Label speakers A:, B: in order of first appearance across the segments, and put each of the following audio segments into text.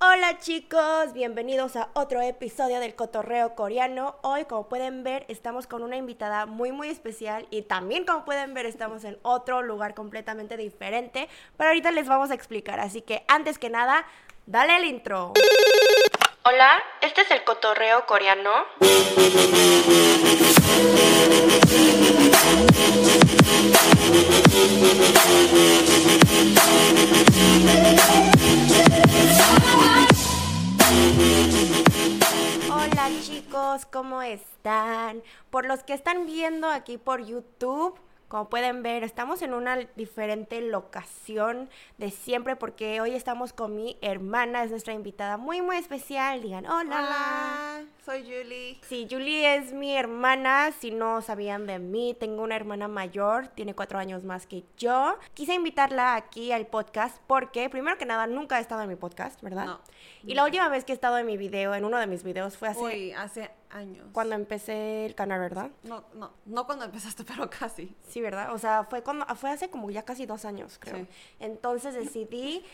A: Hola chicos, bienvenidos a otro episodio del Cotorreo Coreano. Hoy, como pueden ver, estamos con una invitada muy muy especial y también, como pueden ver, estamos en otro lugar completamente diferente, pero ahorita les vamos a explicar. Así que, antes que nada, dale el intro. Hola, este es el Cotorreo Coreano. Hola chicos, ¿cómo están? Por los que están viendo aquí por YouTube, como pueden ver, estamos en una diferente locación de siempre porque hoy estamos con mi hermana, es nuestra invitada muy muy especial. Digan hola.
B: Hola, soy Julie.
A: Sí, Julie es mi hermana, si no sabían de mí, tengo una hermana mayor, tiene cuatro años más que yo. Quise invitarla aquí al podcast porque, primero que nada, nunca he estado en mi podcast, ¿verdad?
B: No,
A: y la última vez que he estado en mi video, en uno de mis videos, fue hace
B: Uy, hace años.
A: cuando empecé el canal, ¿verdad?
B: No, no, no cuando empezaste, pero casi.
A: Sí, ¿verdad? O sea, fue cuando fue hace como ya casi dos años, creo.
B: Sí.
A: Entonces decidí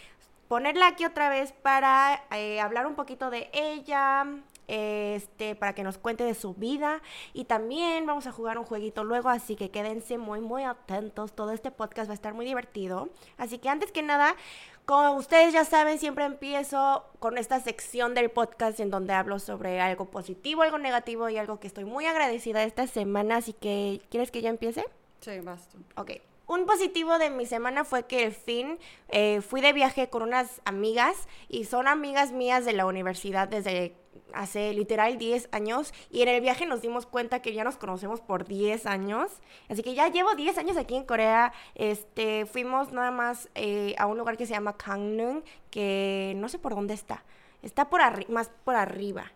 A: ponerla aquí otra vez para eh, hablar un poquito de ella, este, para que nos cuente de su vida y también vamos a jugar un jueguito luego, así que quédense muy muy atentos. Todo este podcast va a estar muy divertido. Así que antes que nada, como ustedes ya saben, siempre empiezo con esta sección del podcast en donde hablo sobre algo positivo, algo negativo y algo que estoy muy agradecida esta semana. Así que, ¿quieres que yo empiece?
B: Sí, vas tú.
A: Ok. Un positivo de mi semana fue que el fin eh, fui de viaje con unas amigas y son amigas mías de la universidad desde hace literal 10 años y en el viaje nos dimos cuenta que ya nos conocemos por 10 años. Así que ya llevo 10 años aquí en Corea. Este, fuimos nada más eh, a un lugar que se llama Gangneung, que no sé por dónde está. Está por arri- más por arriba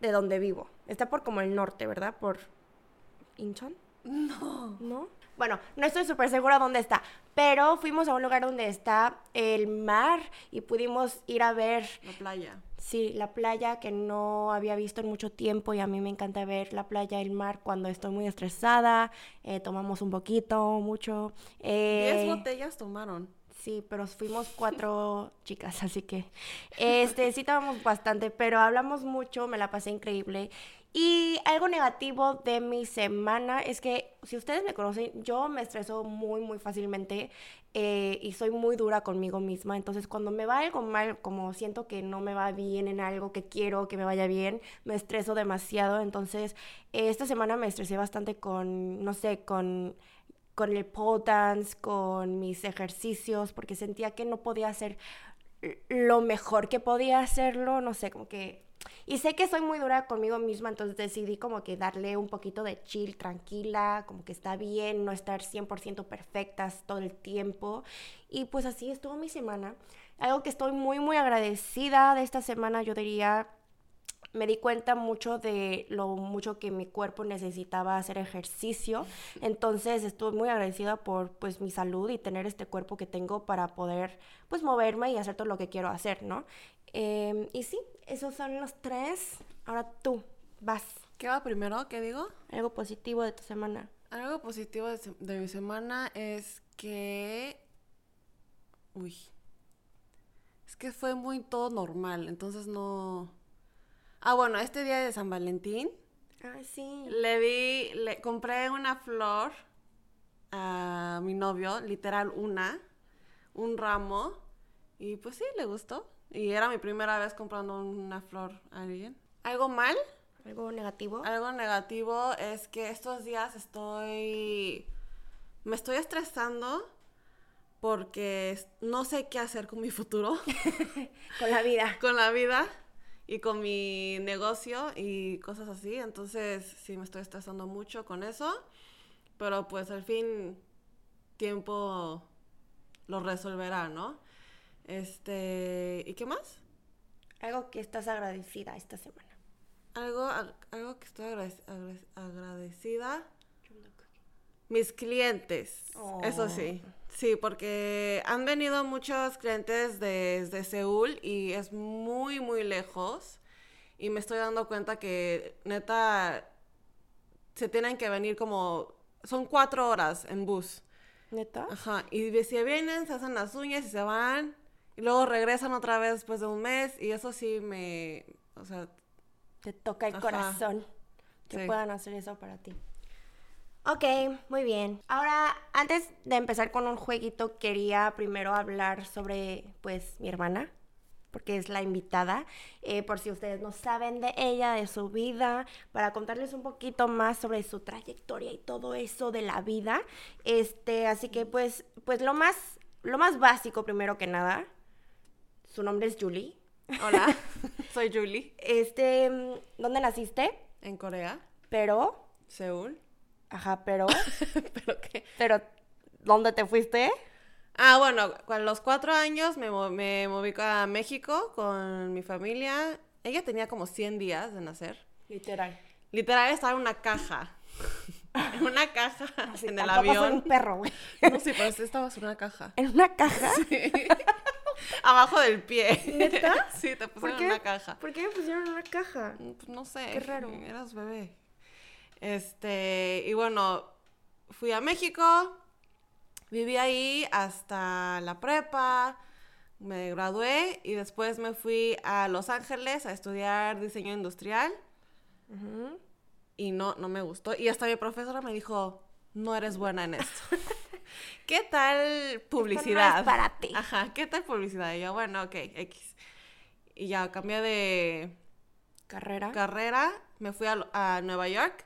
A: de donde vivo. Está por como el norte, ¿verdad? Por Incheon.
B: No.
A: ¿No? Bueno, no estoy súper segura dónde está, pero fuimos a un lugar donde está el mar y pudimos ir a ver,
B: La playa.
A: sí, la playa que no había visto en mucho tiempo y a mí me encanta ver la playa, el mar cuando estoy muy estresada, eh, tomamos un poquito, mucho. eh,
B: Diez botellas tomaron.
A: Sí, pero fuimos cuatro chicas, así que este sí tomamos bastante, pero hablamos mucho, me la pasé increíble. Y algo negativo de mi semana es que si ustedes me conocen, yo me estreso muy muy fácilmente eh, y soy muy dura conmigo misma. Entonces cuando me va algo mal, como siento que no me va bien en algo que quiero que me vaya bien, me estreso demasiado. Entonces eh, esta semana me estresé bastante con, no sé, con con el pole dance, con mis ejercicios, porque sentía que no podía hacer lo mejor que podía hacerlo, no sé, como que... Y sé que soy muy dura conmigo misma, entonces decidí como que darle un poquito de chill, tranquila, como que está bien, no estar 100% perfectas todo el tiempo. Y pues así estuvo mi semana. Algo que estoy muy, muy agradecida de esta semana, yo diría, me di cuenta mucho de lo mucho que mi cuerpo necesitaba hacer ejercicio. Entonces estuve muy agradecida por pues mi salud y tener este cuerpo que tengo para poder pues moverme y hacer todo lo que quiero hacer, ¿no? Eh, y sí, esos son los tres. Ahora tú, vas.
B: ¿Qué va primero? ¿Qué digo?
A: Algo positivo de tu semana.
B: Algo positivo de, se- de mi semana es que... Uy. Es que fue muy todo normal, entonces no... Ah, bueno, este día de San Valentín
A: Ah, sí.
B: Le vi, le compré una flor a mi novio, literal una, un ramo, y pues sí, le gustó. Y era mi primera vez comprando una flor a alguien. Algo mal,
A: Algo negativo.
B: algo negativo es que estos días estoy, me estoy estresando porque es- no sé qué hacer con mi futuro
A: Con la vida.
B: con la vida y con mi negocio y cosas así. Entonces, sí, me estoy estresando mucho con eso. Pero pues al fin, tiempo lo resolverá, ¿no? Este, ¿y qué más?
A: Algo que estás agradecida esta semana.
B: Algo, al- algo que estoy agradec- agradec- agradecida. Mis clientes,
A: Oh.
B: eso sí. Sí, porque han venido muchos clientes desde Seúl y es muy, muy lejos. Y me estoy dando cuenta que, neta, se tienen que venir como... Son cuatro horas en bus.
A: ¿Neta?
B: Ajá. Y si vienen, se hacen las uñas y se van. Y luego regresan otra vez después de un mes y eso sí me, o sea,
A: Te toca el
B: Ajá.
A: corazón que
B: Sí.
A: puedan hacer eso para ti. Ok, muy bien. Ahora, antes de empezar con un jueguito, quería primero hablar sobre, pues, mi hermana, porque es la invitada, eh, por si ustedes no saben de ella, de su vida, para contarles un poquito más sobre su trayectoria y todo eso de la vida. Este, así que, pues, pues lo más, lo más básico primero que nada, su nombre es Julie.
B: hola, soy Julie,
A: Este, mm, ¿dónde naciste?
B: en Corea,
A: Pero,
B: Seúl.
A: ajá, pero,
B: ¿Pero qué?
A: pero, ¿dónde te fuiste?
B: Ah, bueno, a los cuatro años me, mo- me moví a México con mi familia. Ella tenía como 100 días de nacer.
A: Literal.
B: Literal estaba en una caja. En una caja en
A: Soy
B: el
A: un
B: avión.
A: perro, güey.
B: No, sí, pero sí estabas en una caja.
A: En una caja.
B: Abajo del pie.
A: ¿Neta?
B: Sí, te
A: ¿Por
B: pusieron
A: qué?
B: en una caja.
A: ¿Por qué me pusieron en una caja?
B: Mm, pues, no sé.
A: Qué raro.
B: Eras bebé. Este, y bueno, fui a México, viví ahí hasta la prepa, me gradué y después me fui a Los Ángeles a estudiar diseño industrial
A: Ujú.
B: y no, no me gustó. Y hasta mi profesora me dijo, no eres buena en esto. ¿Qué tal publicidad?
A: es para ti.
B: Ajá, ¿qué tal publicidad? Y yo, bueno, ok, X. Y ya cambié de,
A: Carrera.
B: carrera, me fui a, lo- a Nueva York,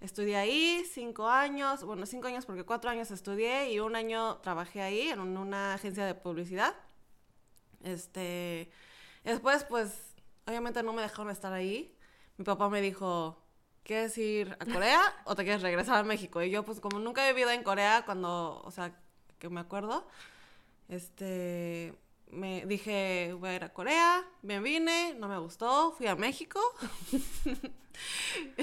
B: estudié ahí cinco años, bueno, cinco años porque cuatro años estudié y un año trabajé ahí en un- una agencia de publicidad. Este, después, pues, obviamente no me dejaron estar ahí. Mi papá me dijo, ¿quieres ir a Corea o te quieres regresar a México? Y yo, pues, como nunca he vivido en Corea, cuando, o sea, que me acuerdo, este, me dije, voy a ir a Corea, me vine, no me gustó, fui a México.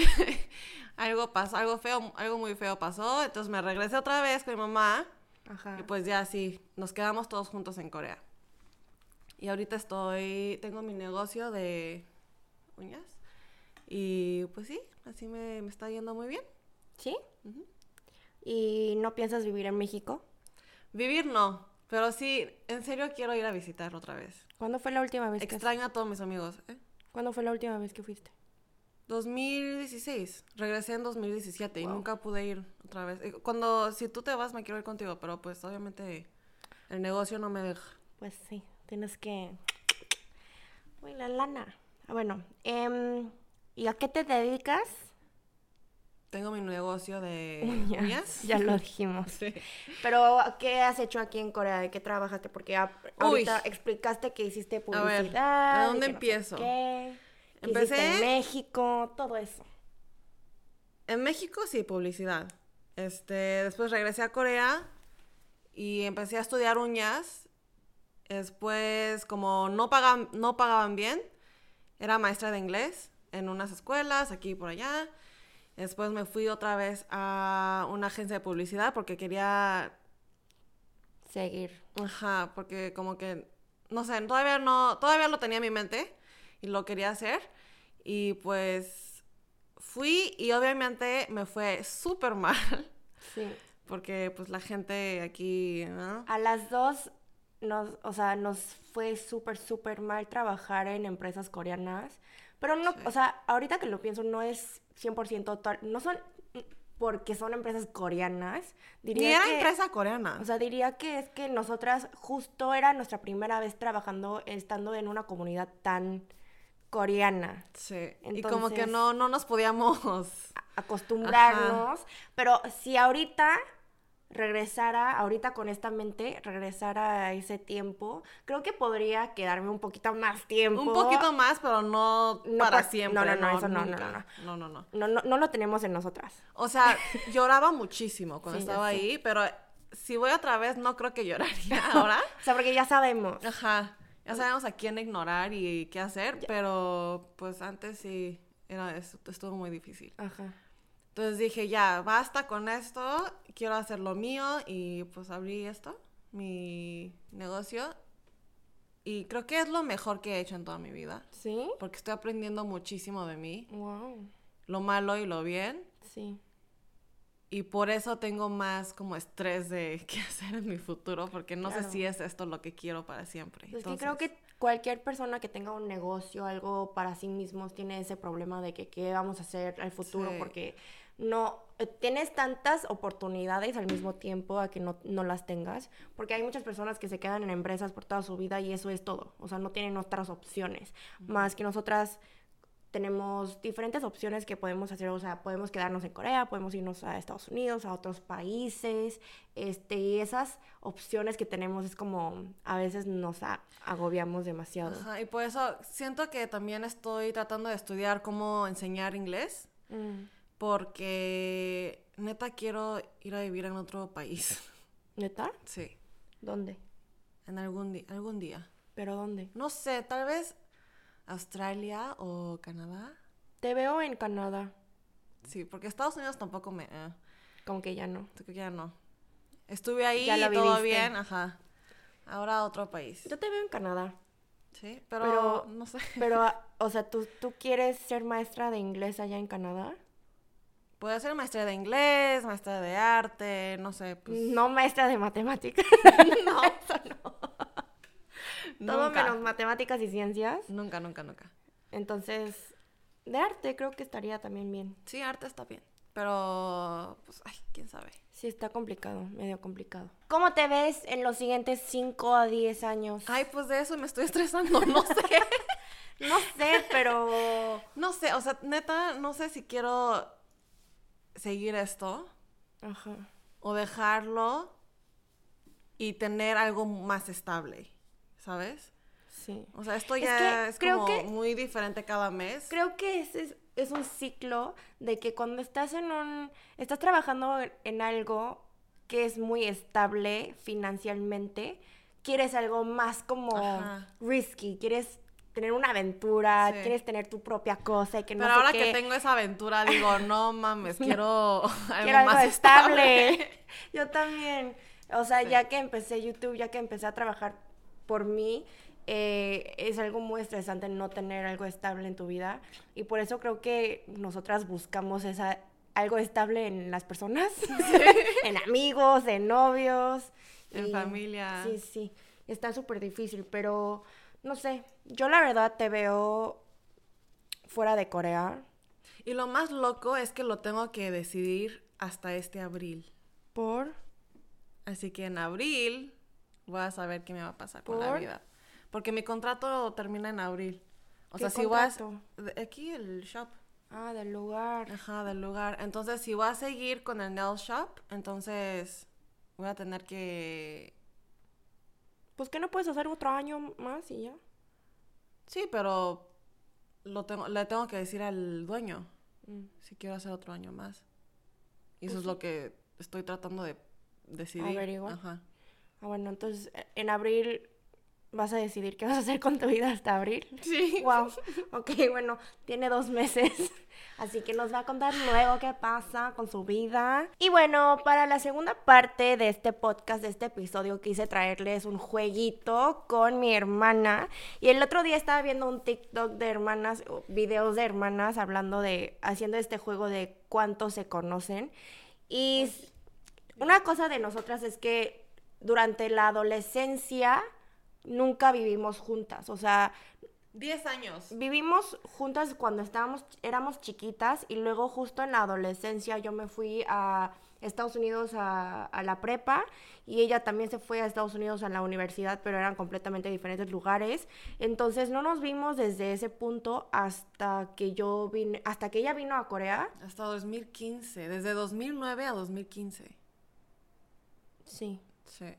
B: algo pasó, algo feo, algo muy feo pasó, entonces me regresé otra vez con mi mamá
A: Ajá.
B: y pues ya sí, nos quedamos todos juntos en Corea. Y ahorita estoy, tengo mi negocio de uñas y pues sí, así me, me está yendo muy bien.
A: ¿Sí? ¿Y no piensas vivir en México?
B: Vivir no, pero sí, en serio quiero ir a visitar otra vez.
A: ¿Cuándo fue la última vez que
B: Extraño a todos mis amigos. ¿eh?
A: ¿Cuándo fue la última vez que fuiste?
B: 2016. Regresé en 2017 y
A: Wow.
B: nunca pude ir otra vez. Eh, Cuando, si tú te vas, me quiero ir contigo, pero pues obviamente el negocio no me deja.
A: Pues sí, tienes que. Uy, la lana. Ah, Bueno, em, ¿y a qué te dedicas?
B: Tengo mi negocio de
A: Ya,
B: uñas.
A: Ya lo dijimos.
B: Sí.
A: Pero, ¿qué has hecho aquí en Corea? ¿De qué trabajaste? Porque a- ahorita explicaste que hiciste
B: ver,
A: publicidad.
B: ¿a
A: y que no
B: dónde
A: sé
B: empiezo?
A: qué, que
B: Empecé-
A: hiciste en México, todo eso.
B: En México sí, publicidad. Este, después regresé a Corea y empecé a estudiar uñas. Después, como no pagaban, no pagaban bien, era maestra de inglés en unas escuelas, aquí y por allá. Después me fui otra vez a una agencia de publicidad porque quería,
A: Seguir.
B: ajá, porque como que, no sé, todavía no, todavía lo tenía en mi mente y lo quería hacer. Y pues fui y obviamente me fue súper mal.
A: Sí.
B: Porque pues la gente aquí, ¿no?
A: A las dos, nos, o sea, nos fue súper, súper mal trabajar en empresas coreanas. Pero no, o sea, ahorita que lo pienso, no es 100% total. No son porque son empresas coreanas.
B: Ni
A: Diría
B: era
A: que-
B: empresa coreana.
A: O sea, diría que es que nosotras justo era nuestra primera vez trabajando, estando en una comunidad tan coreana.
B: sí. Y como que
A: entonces-
B: no, no nos podíamos.
A: Acostumbrarnos. Pero si ahorita regresara, ahorita con esta mente, regresara a ese tiempo, creo que podría quedarme un poquito más tiempo.
B: Un poquito más, pero no,
A: No
B: para
A: por-
B: siempre.
A: no, no, no, eso no, no,
B: nunca. no, no, no.
A: No, no, no lo tenemos en nosotras.
B: O sea, lloraba muchísimo cuando
A: Sí, ya
B: estaba
A: sé.
B: ahí, pero si voy otra vez, no creo que lloraría ahora.
A: O sea, porque ya sabemos.
B: Ajá. Ya sabemos a quién ignorar y qué hacer, pero pues antes sí era, estuvo muy difícil.
A: Ajá.
B: Entonces dije, ya, basta con esto, quiero hacer lo mío y pues abrí esto, mi negocio. Y creo que es lo mejor que he hecho en toda mi vida,
A: ¿Sí?
B: porque estoy aprendiendo muchísimo de mí,
A: Wow.
B: lo malo y lo bien.
A: Sí.
B: Y por eso tengo más como estrés de qué hacer en mi futuro, porque no
A: Claro. Pues
B: sé si es esto lo que quiero para siempre.
A: Es que creo
B: Entonces,
A: que cualquier persona que tenga un negocio, algo para sí mismos, tiene ese problema de que qué vamos a hacer al futuro,
B: Sí.
A: porque no eh, tienes tantas oportunidades al mismo tiempo a que no, no las tengas, porque hay muchas personas que se quedan en empresas por toda su vida y eso es todo, o sea, no tienen otras opciones, más que nosotras tenemos diferentes opciones que podemos hacer, o sea, podemos quedarnos en Corea, podemos irnos a Estados Unidos, a otros países, este, y esas opciones que tenemos es como, a veces nos a- agobiamos demasiado.
B: Ajá, y por eso siento que también estoy tratando de estudiar cómo enseñar inglés,
A: Mm,
B: porque neta quiero ir a vivir en otro país.
A: ¿Neta?
B: Sí,
A: ¿Dónde?
B: en algún, di- algún día.
A: ¿Pero dónde?
B: No sé, tal vez Australia o Canadá.
A: Te veo en Canadá,
B: Sí, porque Estados Unidos tampoco me... eh,
A: como que ya no.
B: creo que ya no. Estuve ahí,
A: Ya lo
B: todo
A: viviste.
B: bien, ajá. Ahora otro país.
A: Yo te veo en Canadá,
B: Sí, pero,
A: Pero-
B: no sé.
A: pero, ah, o sea, ¿tú, ¿tú quieres ser maestra de inglés allá en Canadá?
B: Puede ser maestría de inglés, maestría de arte, no sé. Pues,
A: No maestra de matemáticas,
B: no,
A: todo
B: nunca,
A: menos matemáticas y ciencias.
B: nunca, nunca, nunca.
A: Entonces, de arte creo que estaría también bien.
B: Sí, arte está bien, pero pues, ay, quién sabe.
A: Sí, está complicado, medio complicado. ¿Cómo te ves en los siguientes 5 a 10 años?
B: Ay, pues de eso me estoy estresando, no sé.
A: No sé, pero...
B: No sé, o sea, neta, no sé si quiero seguir esto
A: Ajá.
B: o dejarlo y tener algo más estable, ¿sabes?
A: Sí.
B: O sea, esto
A: Es
B: ya
A: que
B: es,
A: creo
B: como
A: que-
B: muy diferente cada mes.
A: Creo que ese es, es un ciclo de que cuando estás en un... Estás trabajando en algo que es muy estable financieramente, quieres algo más como
B: Ajá.
A: risky, quieres tener una aventura,
B: Sí.
A: quieres tener tu propia cosa y que no
B: Pero
A: sé
B: ahora
A: qué.
B: que tengo esa aventura, digo, no mames, quiero algo
A: quiero algo
B: más
A: estable. Yo también. O sea,
B: Sí.
A: ya que empecé YouTube, ya que empecé a trabajar por mí, eh, es algo muy estresante no tener algo estable en tu vida. Y por eso creo que nosotras buscamos esa, algo estable en las personas, en amigos, en novios.
B: En familia.
A: Sí, sí. Está súper difícil, pero no sé. Yo la verdad te veo fuera de Corea.
B: Y lo más loco es que lo tengo que decidir hasta este abril.
A: Por.
B: Así que en abril voy a saber qué me va a pasar con la
A: ¿Por?
B: vida. Porque mi contrato termina en abril. O
A: ¿Qué
B: sea, si
A: contrato?
B: vas... de- Aquí el shop.
A: Ah, del lugar.
B: Ajá, del lugar. Entonces, si voy a seguir con el nail shop, entonces voy a tener que...
A: Pues que no puedes hacer otro año más y ya.
B: Sí, pero lo tengo, le tengo que decir al dueño
A: Mm.
B: si quiero hacer otro año más. Y
A: Pues
B: eso es
A: sí.
B: lo que estoy tratando de decidir.
A: Averiguar.
B: Ajá.
A: Ah, bueno, entonces eh, en abril vas a decidir qué vas a hacer con tu vida hasta abril.
B: Sí.
A: Wow. Ok, bueno, tiene dos meses. Así que nos va a contar luego qué pasa con su vida. Y bueno, para la segunda parte de este podcast, de este episodio, quise traerles un jueguito con mi hermana. Y el otro día estaba viendo un TikTok de hermanas, o videos de hermanas hablando de, haciendo este juego de cuántos se conocen. Y una cosa de nosotras es que durante la adolescencia nunca vivimos juntas. O sea,
B: Diez años.
A: Vivimos juntas cuando estábamos, éramos chiquitas y luego justo en la adolescencia yo me fui a Estados Unidos a, a la prepa y ella también se fue a Estados Unidos a la universidad, pero eran completamente diferentes lugares. Entonces no nos vimos desde ese punto hasta que yo vine, hasta que ella vino a Corea.
B: Hasta 2015. Desde 2009 a 2015.
A: Sí.
B: Sí.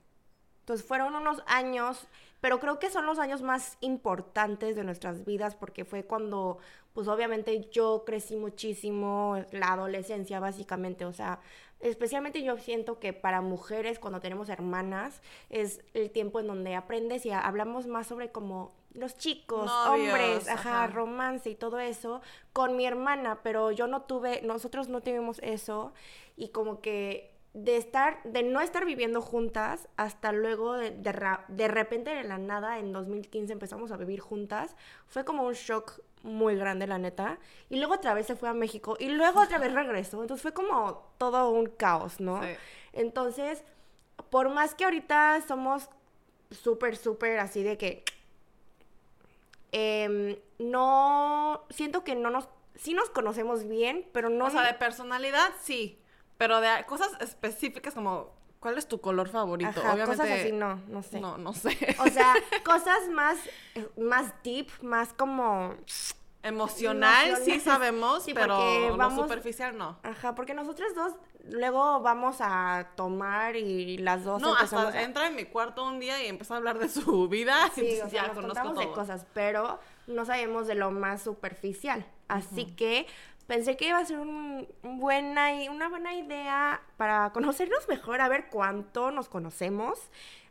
A: Entonces fueron unos años, pero creo que son los años más importantes de nuestras vidas porque fue cuando, pues obviamente yo crecí muchísimo, la adolescencia básicamente, o sea, especialmente yo siento que para mujeres cuando tenemos hermanas es el tiempo en donde aprendes y a- hablamos más sobre como los chicos,
B: Novios,
A: hombres, ajá,
B: ajá.
A: romance y todo eso con mi hermana, pero yo no tuve, nosotros no tuvimos eso y como que de estar, de no estar viviendo juntas, hasta luego de, de, ra- de repente de la nada, en 2015 empezamos a vivir juntas, fue como un shock muy grande, la neta. Y luego otra vez se fue a México y luego otra vez regresó. Entonces fue como todo un caos, ¿no?
B: Sí.
A: Entonces, por más que ahorita somos súper, súper así de que em, no siento que no nos sí nos conocemos bien, pero no
B: O sea, de personalidad, sí. Pero de cosas específicas como, ¿cuál es tu color favorito?
A: Ajá, cosas así no, no sé.
B: No, no sé.
A: O sea, cosas más más deep, más como
B: emocional, sí
A: emocional.
B: sabemos,
A: Sí,
B: pero
A: porque
B: lo
A: vamos-
B: superficial no.
A: ajá, porque nosotras dos luego vamos a tomar y las dos
B: No,
A: empezamos
B: hasta
A: a-
B: entra en mi cuarto un día y empieza a hablar de su vida.
A: Sí,
B: entonces
A: o sea,
B: ya
A: nos
B: conozco
A: contamos
B: todo.
A: de cosas, pero no sabemos de lo más superficial. Así que pensé que iba a ser un un buena, i- una buena idea para conocernos mejor, a ver cuánto nos conocemos.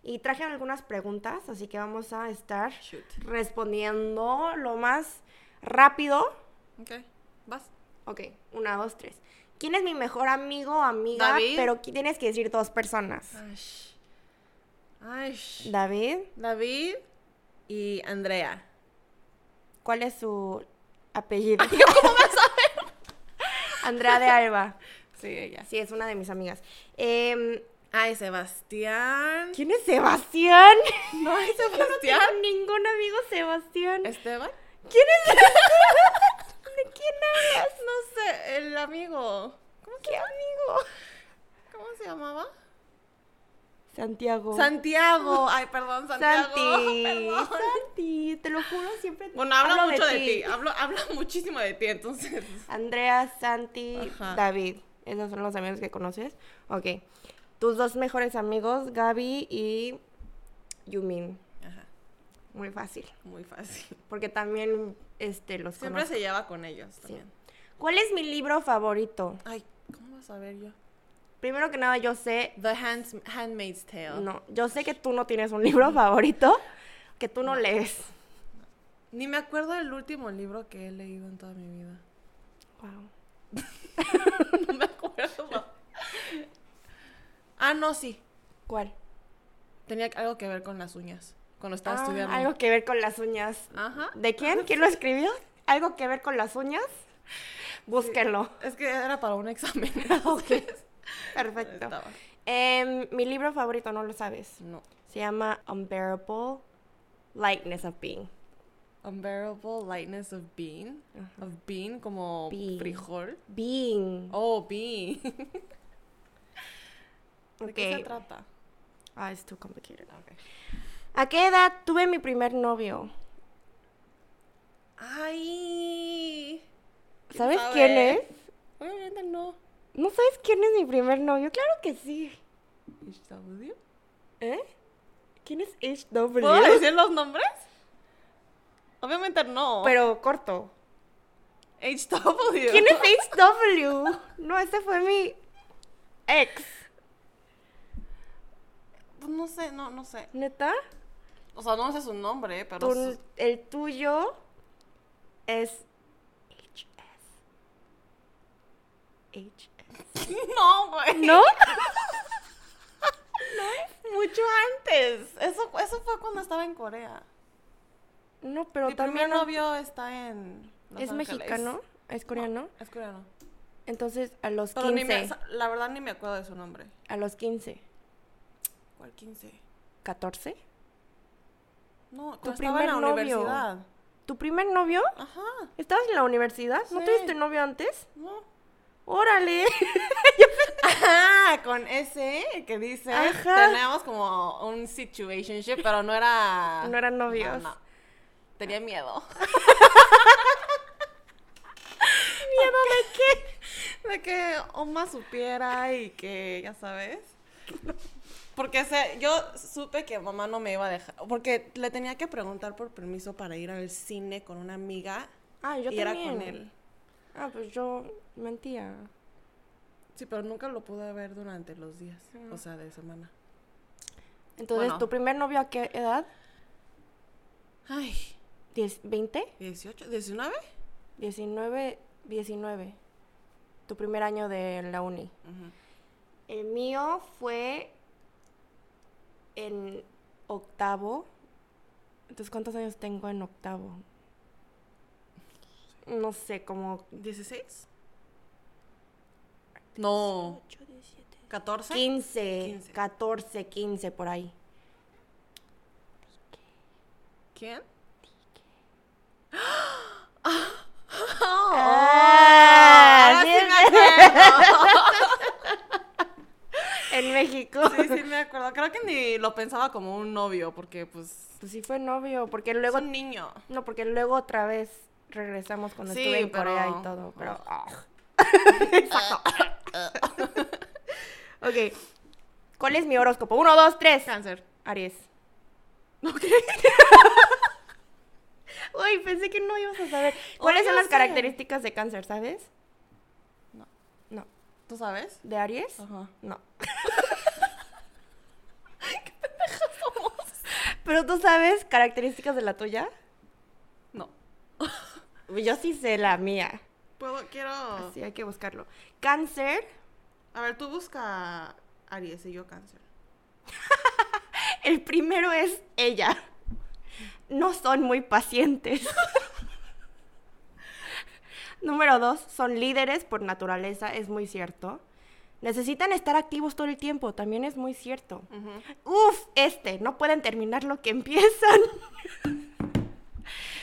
A: Y traje algunas preguntas, así que vamos a estar
B: Shoot.
A: respondiendo lo más rápido.
B: Ok, vas.
A: Ok, una, dos, tres. ¿Quién es mi mejor amigo o amiga?
B: David.
A: Pero qui- tienes que decir dos personas.
B: Ay, Ay.
A: David,
B: David y Andrea.
A: ¿cuál es su apellido? Andrea de Alba.
B: Sí, ella.
A: Sí, es una de mis amigas. Em,
B: Ay, Sebastián.
A: ¿Quién es Sebastián?
B: No, es
A: Yo no
B: Sebastián.
A: tengo ningún amigo Sebastián.
B: Esteban.
A: ¿Quién es Sebastián? ¿De quién hablas?
B: No sé, el amigo. ¿Cómo,
A: ¿Qué amigo?
B: cómo se llamaba? Oh.
A: Santiago.
B: Santiago. Ay, perdón, Santiago.
A: Santi.
B: Perdón.
A: Santi, te lo juro, siempre
B: Bueno, habla
A: hablo
B: mucho de, ti. Hablo, habla muchísimo de ti, entonces.
A: Andrea, Santi,
B: Ajá.
A: David. Esos son los amigos que conoces. Ok. Tus dos mejores amigos, Gaby y Yumin.
B: Ajá,
A: Muy fácil.
B: muy fácil.
A: Porque también este, los
B: Siempre
A: conozco.
B: se lleva con ellos también.
A: ¿Cuál es mi libro favorito?
B: Ay, ¿cómo vas a ver yo?
A: Primero que nada, yo sé.
B: The Hands- Handmaid's Tale.
A: No, yo sé que tú no tienes un libro favorito que tú no lees.
B: Ni me acuerdo del último libro que he leído en toda mi vida.
A: Wow.
B: No me acuerdo. ma. ah, no, sí.
A: ¿Cuál?
B: Tenía algo que ver con las uñas. Cuando estaba
A: Ah,
B: estudiando.
A: algo que ver con las uñas.
B: Ajá.
A: ¿De quién? ¿Quién lo escribió? ¿Algo que ver con las uñas? Búsquenlo.
B: Es que era para un examen.
A: Ok.
B: entonces,
A: Perfecto.
B: estaba.
A: Em, mi libro favorito, no lo sabes.
B: No.
A: Se llama Unbearable Lightness of Being.
B: Unbearable lightness of bean. Of bean como
A: Bean.
B: frijol.
A: Being.
B: Oh, bean. Oh, ¿De qué se
A: Ok.
B: trata?
A: Ah, es too complicated.
B: Ok.
A: ¿A qué edad tuve mi primer novio?
B: Ay. ¿Quién
A: ¿Sabes
B: sabe?
A: quién es?
B: Obviamente no.
A: ¿No sabes quién es mi primer novio? Claro que sí.
B: ¿HW?
A: ¿Eh? ¿Quién es HW?
B: ¿Puedo decir los nombres? Obviamente no.
A: Pero corto.
B: HW.
A: ¿Quién es HW? No, ese fue mi ex.
B: Pues No sé, no, no sé.
A: ¿Neta?
B: O sea, no sé su nombre, pero.
A: Tú-
B: su-
A: el tuyo es HS. HS.
B: No, güey.
A: ¿No?
B: Mucho antes. Eso, eso fue cuando estaba en Corea.
A: No, pero
B: Mi
A: también
B: primer novio está en. Los
A: es
B: Ángeles.
A: mexicano, es coreano.
B: Es coreano.
A: Entonces, a los
B: Pero ni
A: 15.
B: me, la verdad ni me acuerdo de su nombre.
A: A los 15.
B: ¿Cuál 15?
A: 14.
B: No,
A: Tu
B: cuando estaba en la
A: primer novio.
B: universidad.
A: ¿Tu primer novio?
B: Ajá.
A: ¿Estabas en la universidad? ¿No
B: Sí.
A: tuviste novio antes?
B: No.
A: ¡Órale!
B: Ajá, con ese que dice.
A: Ajá.
B: Teníamos como un situationship, pero no era.
A: No eran novios.
B: No, no. Tenía miedo.
A: ¿Miedo de
B: De que Oma supiera y que, ya sabes. Porque se- yo supe que mamá no me iba a dejar. Porque le tenía que preguntar por permiso para ir al cine con una amiga.
A: Ah, yo
B: y era
A: también.
B: con él.
A: Ah, pues yo mentía.
B: Sí, pero nunca lo pude ver durante los días. O sea, de semana.
A: Entonces,
B: Bueno.
A: ¿tu primer novio a qué edad?
B: Ay.
A: ¿Diez- ¿20?
B: ¿18? ¿19?
A: 19, 19. Tu primer año de la uni. El mío fue en octavo. Entonces, ¿cuántos años tengo en octavo? No sé, como
B: ¿16? No.
A: 18, 17.
B: 14.
A: 15,
B: 15.
A: 14, 15 por ahí.
B: ¿Quién?
A: Ah,
B: ahora Ah, sí
A: bien. En México.
B: me acuerdo. Sí, sí me acuerdo. Creo que ni lo pensaba como un novio, porque pues
A: Pues sí fue novio, porque luego...
B: es un niño.
A: No, porque luego otra vez regresamos cuando
B: Sí,
A: estuve en
B: pero-
A: Corea y todo, pero... ah. ok. ¿Cuál es mi horóscopo? Uno, dos, tres.
B: Cáncer.
A: Aries.
B: Ok.
A: Uy, pensé que no ibas a saber. ¿Cuáles
B: Obvio
A: son las
B: Oh, sé.
A: características de cáncer, sabes?
B: No. Oh.
A: No.
B: ¿Tú sabes?
A: ¿De Aries?
B: Ajá.
A: No. ¿Qué somos? Pero tú sabes características de la tuya.
B: No.
A: Yo sí sé la mía.
B: Puedo, quiero.
A: Así hay que buscarlo. Cáncer.
B: A ver, tú busca Aries y yo Cáncer.
A: El primero es ella. No son muy pacientes. Número dos, son líderes por naturaleza, es muy cierto. Necesitan estar activos todo el tiempo, también es muy cierto. Uf, este, no pueden terminar lo que empiezan.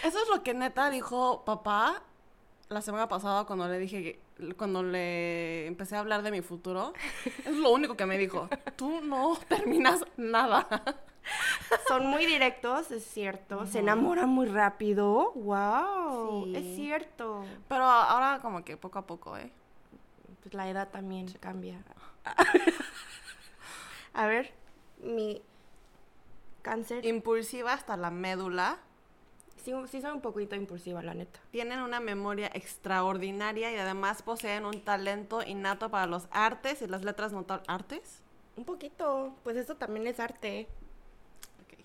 B: Eso es lo que neta dijo papá la semana pasada cuando le dije que- cuando le empecé a hablar de mi futuro. Es lo único que me dijo. Tú no terminas nada.
A: Son muy directos, es cierto. Se enamoran muy rápido. Wow,
B: Sí.
A: es cierto.
B: Pero ahora como que poco a poco, ¿eh?
A: Pues la edad también cambia. A ver, mi cáncer.
B: Impulsiva hasta la médula.
A: Sí, sí soy un poquito impulsiva, la neta.
B: Tienen una memoria extraordinaria y además poseen un talento innato para los artes y las letras notables. ¿Artes?
A: Un poquito, pues eso también es arte.
B: Ok.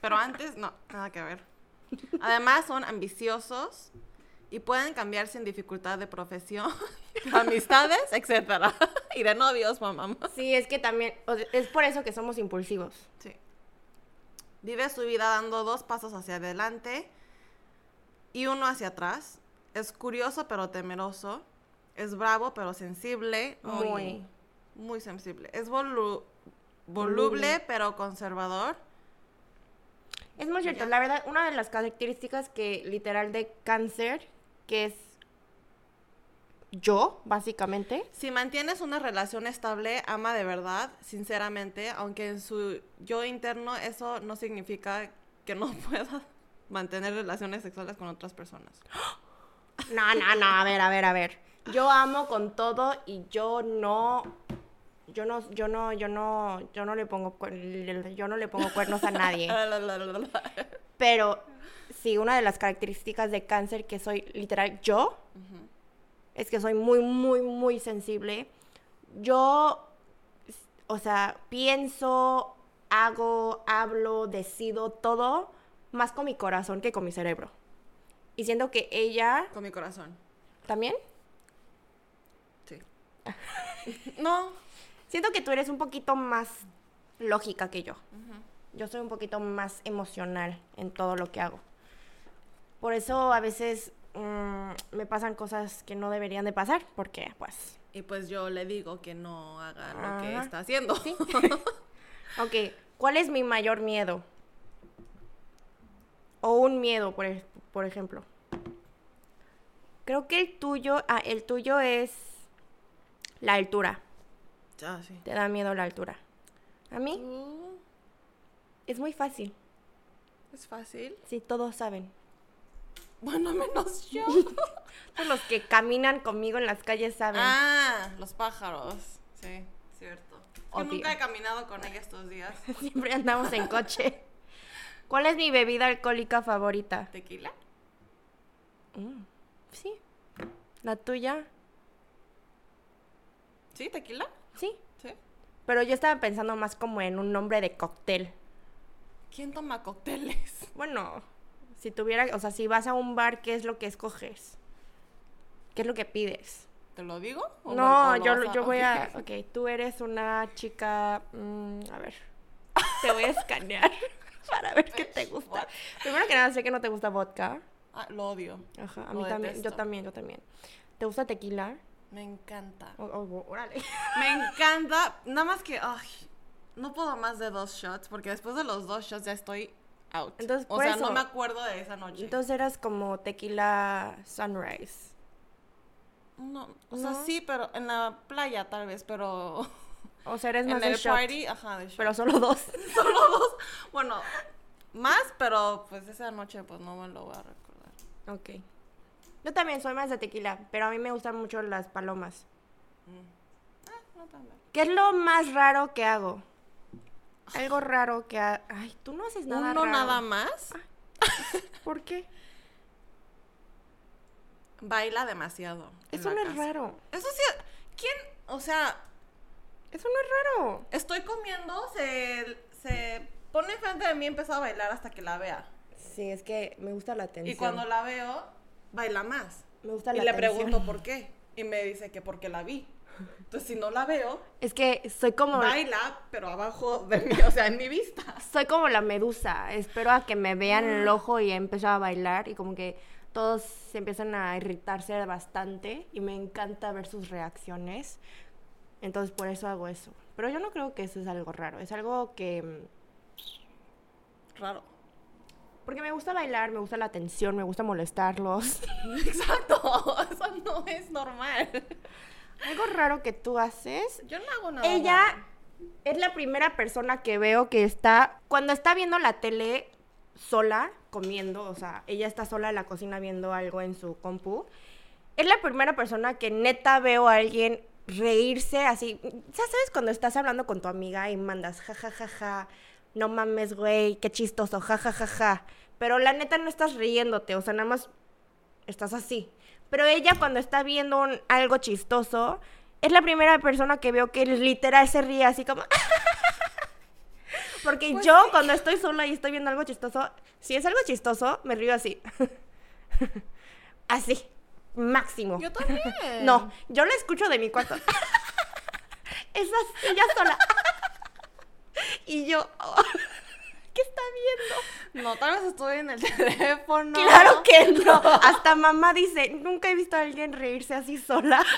B: Pero antes, no, nada que ver. Además, son ambiciosos y pueden cambiar sin dificultad de profesión, amistades, etcétera. Y de novios, mamá.
A: Sí, es que también, o sea, es por eso que somos impulsivos.
B: Sí. Vive su vida dando dos pasos hacia adelante y uno hacia atrás. Es curioso pero temeroso. Es bravo pero sensible. Ay,
A: Muy.
B: Muy sensible. Es volu-
A: Voluble.
B: voluble pero conservador.
A: Es muy cierto, la verdad, una de las características que literal de cáncer, que es yo, básicamente.
B: Si mantienes una relación estable, ama de verdad, sinceramente, aunque en su yo interno eso no significa que no pueda mantener relaciones sexuales con otras personas.
A: No, no, no, a ver, a ver, a ver. Yo amo con todo y yo no yo no yo no yo no yo no le pongo cuer- yo no le pongo cuernos a nadie.
B: Ah,
A: Pero sí, una de las características de cáncer que soy literal yo es que soy muy, muy, muy sensible. Yo, s- o sea, pienso, hago, hablo, decido todo más con mi corazón que con mi cerebro. Y siento que ella
B: Con mi corazón.
A: también.
B: Sí. no.
A: Siento que tú eres un poquito más lógica que yo. Yo soy un poquito más emocional en todo lo que hago. Por eso a veces mm, me pasan cosas que no deberían de pasar, porque pues...
B: Y pues yo le digo que no haga lo que
A: Ajá.
B: está haciendo.
A: Ok, ¿cuál es mi mayor miedo? O un miedo, por, ej- por ejemplo. Creo que el tuyo, ah, el tuyo es la altura.
B: Ya, sí.
A: Te da miedo la altura. A mí
B: Tú,
A: es muy fácil.
B: Es fácil.
A: Sí, todos saben.
B: Bueno, menos yo.
A: Todos Pues los que caminan conmigo en las calles saben.
B: ah, los pájaros. Sí, cierto. Es que
A: Odio.
B: nunca he caminado con ella estos días.
A: Siempre andamos en coche. ¿Cuál es mi bebida alcohólica favorita?
B: ¿Tequila?
A: Sí. ¿La tuya?
B: ¿Sí, tequila?
A: Sí.
B: Sí.
A: Pero yo estaba pensando más como en un nombre de cóctel.
B: ¿Quién toma cócteles?
A: Bueno, si tuviera, o sea, si vas a un bar, ¿qué es lo que escoges? ¿Qué es lo que pides?
B: ¿Te lo digo? ¿O
A: No,
B: o
A: yo,
B: vas
A: yo voy a...
B: ok.
A: Ok, tú eres una chica... mm, a ver, te voy a escanear para ver qué te gusta. Primero que nada, sé que no te gusta vodka.
B: Ah, lo odio.
A: Ajá, a
B: Lo
A: mí también, yo
B: detesto.
A: también, yo también. ¿Te gusta tequila?
B: Me encanta.
A: O- o- órale.
B: Me encanta. Nada más que, ay, no puedo más de dos shots, porque después de los dos shots ya estoy out.
A: Entonces,
B: o
A: por
B: sea,
A: eso.
B: no me acuerdo de esa noche.
A: Entonces eras como tequila sunrise.
B: no, o sea,
A: no.
B: sí, pero en la playa tal vez, pero
A: O sea, eres
B: en
A: más de
B: el
A: shot,
B: party, ajá, de shot.
A: pero solo dos.
B: solo dos. Bueno, más, pero pues esa noche pues no me lo voy a recordar.
A: Ok. Yo también soy más de tequila, pero a mí me gustan mucho las palomas.
B: Ah, no tan mal.
A: ¿Qué es lo más raro que hago? Algo raro que ha... Ay, tú no haces nada raro.
B: Uno nada más
A: ¿Por qué?
B: baila demasiado. en
A: Eso
B: la
A: no es
B: casa.
A: raro.
B: Eso sí, ¿quién? O sea,
A: Eso no es raro.
B: estoy comiendo, se, se pone enfrente de mí y empieza a bailar hasta que la vea.
A: Sí, es que me gusta la atención.
B: Y cuando la veo, baila más.
A: Me gusta
B: Y
A: la
B: le
A: atención.
B: pregunto por qué. Y me dice que porque la vi. Entonces, si no la veo,
A: Es que soy como...
B: baila, pero abajo de mí, o sea, en mi vista.
A: Soy como la medusa. Espero a que me vean el ojo y empiezo a bailar y como que todos se empiezan a irritarse bastante y me encanta ver sus reacciones. Entonces por eso hago eso. Pero yo no creo que eso es algo raro. Es algo que... mm,
B: Raro.
A: Porque me gusta bailar, me gusta la atención, me gusta molestarlos.
B: Exacto, eso no es normal.
A: algo raro que tú haces.
B: Yo no hago nada.
A: Ella es la primera persona que veo que está, cuando está viendo la tele sola, comiendo, o sea, ella está sola en la cocina viendo algo en su compu, es la primera persona que neta veo a alguien reírse así. Ya sabes cuando estás hablando con tu amiga y mandas ja ja ja ja, no mames, güey, qué chistoso, ja ja ja ja. Pero la neta no estás riéndote, o sea, nada más estás así. Pero ella cuando está viendo un- algo chistoso, es la primera persona que veo que literal se ríe así como... Porque
B: Pues
A: yo cuando estoy sola y estoy viendo algo chistoso, si es algo chistoso, me río así. así, máximo.
B: Yo también.
A: No, yo la escucho de mi cuarto. Es así, ella sola. y yo, oh, ¿qué está viendo?
B: No, tal vez estoy en el teléfono.
A: Claro que no. Hasta mamá dice, nunca he visto a alguien reírse así sola.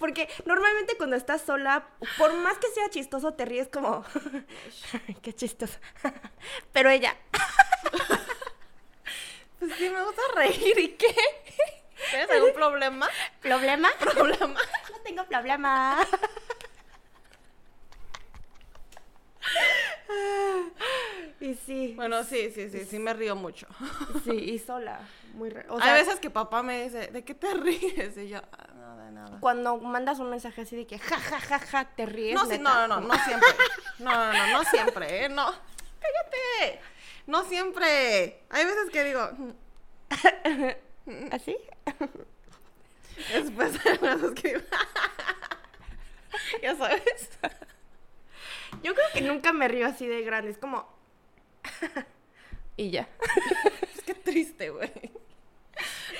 A: Porque normalmente cuando estás sola, por más que sea chistoso, te ríes como, qué chistoso. Pero ella,
B: Pues sí, me gusta reír. ¿Y qué? ¿Tienes algún problema?
A: ¿problema?
B: ¿Problema?
A: No tengo problema. Y sí,
B: Bueno, sí, sí, sí, sí me río mucho.
A: sí, y sola. Muy raro. O sea,
B: Hay veces que papá me dice, ¿de qué te ríes? Y yo, "Ah, no, de nada.
A: cuando mandas un mensaje así de que ja, ja, ja, ja, te ríes.
B: No, sí,
A: neta.
B: no, no, no, no siempre. No, no, no, no siempre, ¿eh? No. Cállate. No siempre. Hay veces que digo, "Mm".
A: ¿Así?
B: después hay veces que digo, ya sabes.
A: Yo creo que nunca me río así de grande. Es como. y ya.
B: Es que triste, güey.